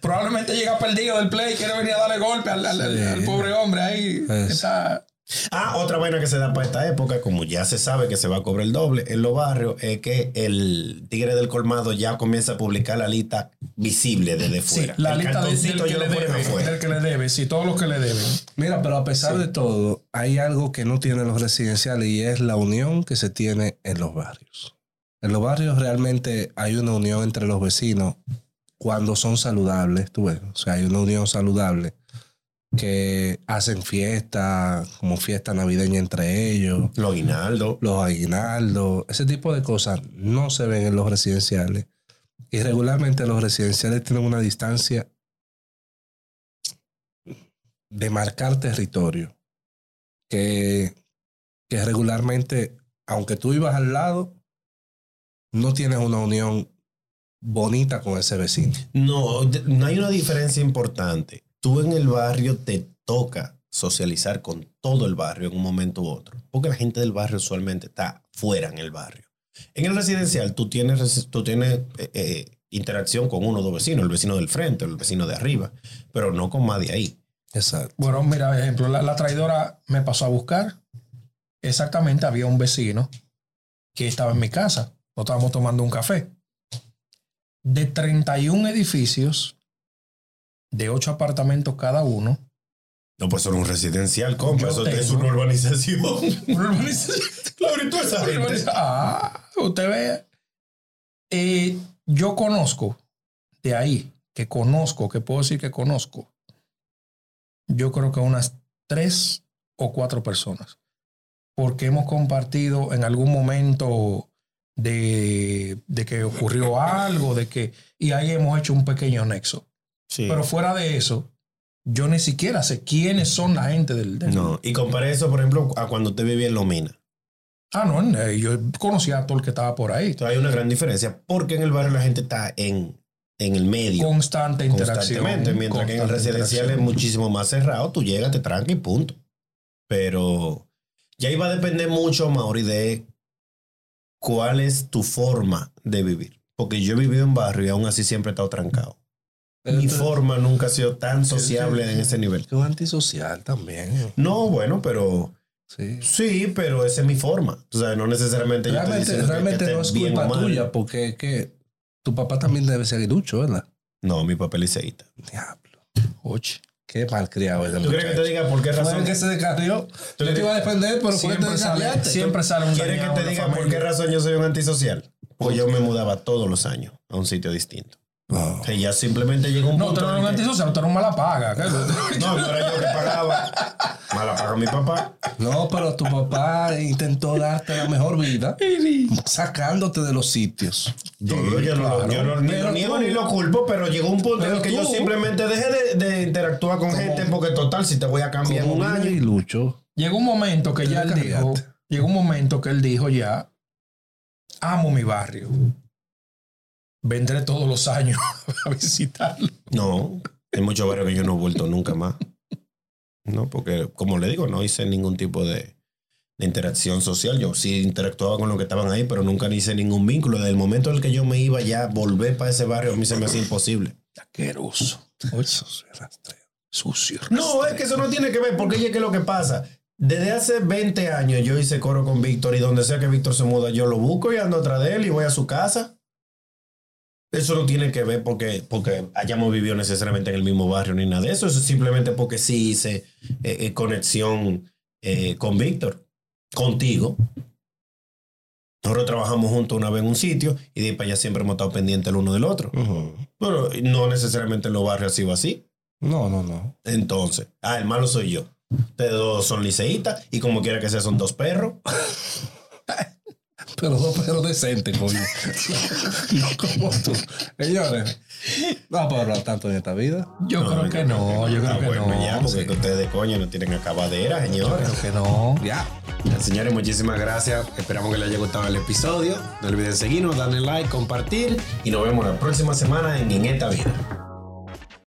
[SPEAKER 2] Probablemente llega perdido del play, quiere venir a darle golpe al, al- al-
[SPEAKER 3] Sí.
[SPEAKER 2] al pobre hombre ahí. que
[SPEAKER 3] Es-
[SPEAKER 2] Está...
[SPEAKER 1] Ah, otra vaina que se da para esta época, como ya se sabe que se va a cobrar el doble en los barrios, es que el tigre del colmado ya comienza a publicar la lista visible desde
[SPEAKER 2] Sí,
[SPEAKER 1] fuera.
[SPEAKER 2] la
[SPEAKER 1] El
[SPEAKER 2] lista de- del,
[SPEAKER 1] cartoncito
[SPEAKER 2] que
[SPEAKER 1] yo
[SPEAKER 2] le
[SPEAKER 1] lo pongo
[SPEAKER 2] debe,
[SPEAKER 1] afuera.
[SPEAKER 2] del que le debe, sí, todos los que le deben.
[SPEAKER 3] Mira, pero a pesar de todo, hay algo que no tienen los residenciales y es la unión que se tiene en los barrios. En los barrios realmente hay una unión entre los vecinos cuando son saludables, tú ves. O sea, hay una unión saludable que hacen fiestas, como fiesta navideña entre ellos,
[SPEAKER 1] Los guinaldos.
[SPEAKER 3] los aguinaldos, ese tipo de cosas no se ven en los residenciales. Y regularmente los residenciales tienen una distancia de marcar territorio. Que, que regularmente, aunque tú ibas al lado, no tienes una unión bonita con ese vecino.
[SPEAKER 1] No, de- no hay una diferencia importante. Tú en el barrio te toca socializar con todo el barrio en un momento u otro, porque la gente del barrio usualmente está fuera en el barrio. En el residencial tú tienes, resi- tú tienes eh, eh, interacción con uno o dos vecinos, el vecino del frente, el vecino de arriba, pero no con más de ahí.
[SPEAKER 3] Exacto.
[SPEAKER 2] Bueno, mira, por ejemplo, la, la traidora me pasó a buscar. Exactamente, había un vecino que estaba en mi casa. Nos estábamos tomando un café. De 31 edificios, de 8 apartamentos cada uno,
[SPEAKER 1] No, pues eso era un residencial,
[SPEAKER 2] Yo
[SPEAKER 1] compa, eso es
[SPEAKER 2] tengo-
[SPEAKER 1] una urbanización.
[SPEAKER 2] una urbanización.
[SPEAKER 1] claro, y toda esa gente.
[SPEAKER 2] Ah, usted ve. Eh, yo conozco de ahí, que conozco, que puedo decir que conozco. Yo creo que unas tres o cuatro personas. Porque hemos compartido en algún momento de, de que ocurrió algo, de que. Y ahí hemos hecho un pequeño nexo.
[SPEAKER 1] Sí.
[SPEAKER 2] Pero fuera de eso, yo ni siquiera sé quiénes son la gente del. del-
[SPEAKER 1] No, y compare eso, por ejemplo, a cuando usted vivía en Lomina.
[SPEAKER 2] Ah, no, eh, yo conocía a todo el que estaba por ahí.
[SPEAKER 1] Entonces, hay una gran diferencia porque en el barrio la gente está en, en el medio
[SPEAKER 2] constante interacción.
[SPEAKER 1] constantemente, mientras que en el
[SPEAKER 2] constante
[SPEAKER 1] residencial es
[SPEAKER 2] interacción.
[SPEAKER 1] muchísimo más cerrado. Tú llegas, te trancas y punto. Pero ya iba a depender mucho, Mauri, de cuál es tu forma de vivir. Porque yo he vivido en barrio y aún así siempre he estado trancado. Mi forma nunca ha sido tan sociable en ese nivel.
[SPEAKER 3] Que es antisocial
[SPEAKER 2] ¿eh?
[SPEAKER 3] también.
[SPEAKER 1] No, bueno, pero
[SPEAKER 3] Sí.
[SPEAKER 1] sí, pero esa es mi forma. O sea, no necesariamente yo estoy
[SPEAKER 3] Realmente,
[SPEAKER 1] diciendo que- que
[SPEAKER 3] realmente
[SPEAKER 1] esté
[SPEAKER 3] no es
[SPEAKER 1] bien o
[SPEAKER 3] culpa
[SPEAKER 1] mal.
[SPEAKER 3] tuya, porque es que tu papá también debe ser aguilucho, ¿verdad?
[SPEAKER 1] No, mi papel liceísta.
[SPEAKER 3] Diablo.
[SPEAKER 2] Oche.
[SPEAKER 3] Qué malcriado es el
[SPEAKER 1] ¿Tú crees que te diga por qué razón?
[SPEAKER 3] Fue el que se descarrió. Yo te iba a defender, pero fue que te
[SPEAKER 2] Siempre sale,
[SPEAKER 3] descarriaste.
[SPEAKER 2] siempre sale un
[SPEAKER 1] ¿Quieres
[SPEAKER 2] dañado
[SPEAKER 1] que te
[SPEAKER 2] en la
[SPEAKER 1] diga por
[SPEAKER 2] familia.
[SPEAKER 1] qué razón yo soy un antisocial? Porque yo me mudaba todos los años a un sitio distinto.
[SPEAKER 3] No.
[SPEAKER 1] O sea, ya simplemente llegó un
[SPEAKER 2] No,
[SPEAKER 1] punto
[SPEAKER 2] tú no eres
[SPEAKER 1] en
[SPEAKER 2] un
[SPEAKER 1] que-
[SPEAKER 2] antisocial, tú eres un mala paga. ¿qué?
[SPEAKER 1] No, no era yo que pagaba. Me la pagó mi papá.
[SPEAKER 3] No, pero tu papá intentó darte la mejor vida sacándote de los sitios.
[SPEAKER 1] Yo, yo no, lo- yo no- ni
[SPEAKER 3] Pero
[SPEAKER 1] lo niego
[SPEAKER 3] tú-
[SPEAKER 1] ni lo culpo, pero llegó un punto en
[SPEAKER 3] Pero
[SPEAKER 1] el que yo
[SPEAKER 3] tú-
[SPEAKER 1] simplemente dejé de, de interactuar con gente porque total, si te voy a cambiar en
[SPEAKER 3] Como
[SPEAKER 1] un
[SPEAKER 3] un
[SPEAKER 1] año.
[SPEAKER 3] aguilucho.
[SPEAKER 2] Llegó un momento que
[SPEAKER 3] Te
[SPEAKER 2] ya él dijo,
[SPEAKER 3] descarriaste.
[SPEAKER 2] llegó un momento que él dijo ya, amo mi barrio. Vendré todos los años a visitarlo.
[SPEAKER 1] No, hay muchos barrios que yo no he vuelto nunca más. No, porque como le digo, no hice ningún tipo de, de interacción social. Yo sí interactuaba con los que estaban ahí, pero nunca hice ningún vínculo. Desde el momento en el que yo me iba ya, volver para ese barrio, a mí se me hacía imposible.
[SPEAKER 2] Asqueroso.
[SPEAKER 3] Oye, eso es rastreo.
[SPEAKER 2] Sucio.
[SPEAKER 1] No, es que eso no tiene que ver, porque es que lo que pasa. Desde hace 20 años yo hice coro con Víctor y donde sea que Víctor se muda, yo lo busco y ando atrás de él y voy a su casa. Eso no tiene que ver porque, porque hayamos vivido necesariamente en el mismo barrio ni nada de eso. Eso es simplemente porque sí hice eh, eh, conexión eh, con Víctor, contigo. Nosotros trabajamos juntos una vez en un sitio y de ahí para allá siempre hemos estado pendientes el uno del otro. Pero no necesariamente en los barrios ha sido así.
[SPEAKER 5] No, no, no.
[SPEAKER 1] Entonces, ah, el malo soy yo. Ustedes dos son liceístas y como quiera que sea, son dos perros.
[SPEAKER 5] Pero dos perros decentes, coño. no como tú. Señores, no vamos a hablar tanto en esta vida.
[SPEAKER 2] Yo creo que no, yo creo
[SPEAKER 1] Ah,
[SPEAKER 2] que
[SPEAKER 1] bueno,
[SPEAKER 2] no.
[SPEAKER 1] ya, porque que ustedes de coño no tienen acabadera,
[SPEAKER 2] Yo
[SPEAKER 1] señores.
[SPEAKER 2] creo que no.
[SPEAKER 5] Ya.
[SPEAKER 1] Señores, muchísimas gracias. Esperamos que les haya gustado el episodio. No olviden seguirnos, darle like, compartir y nos vemos la próxima semana en En esta vida.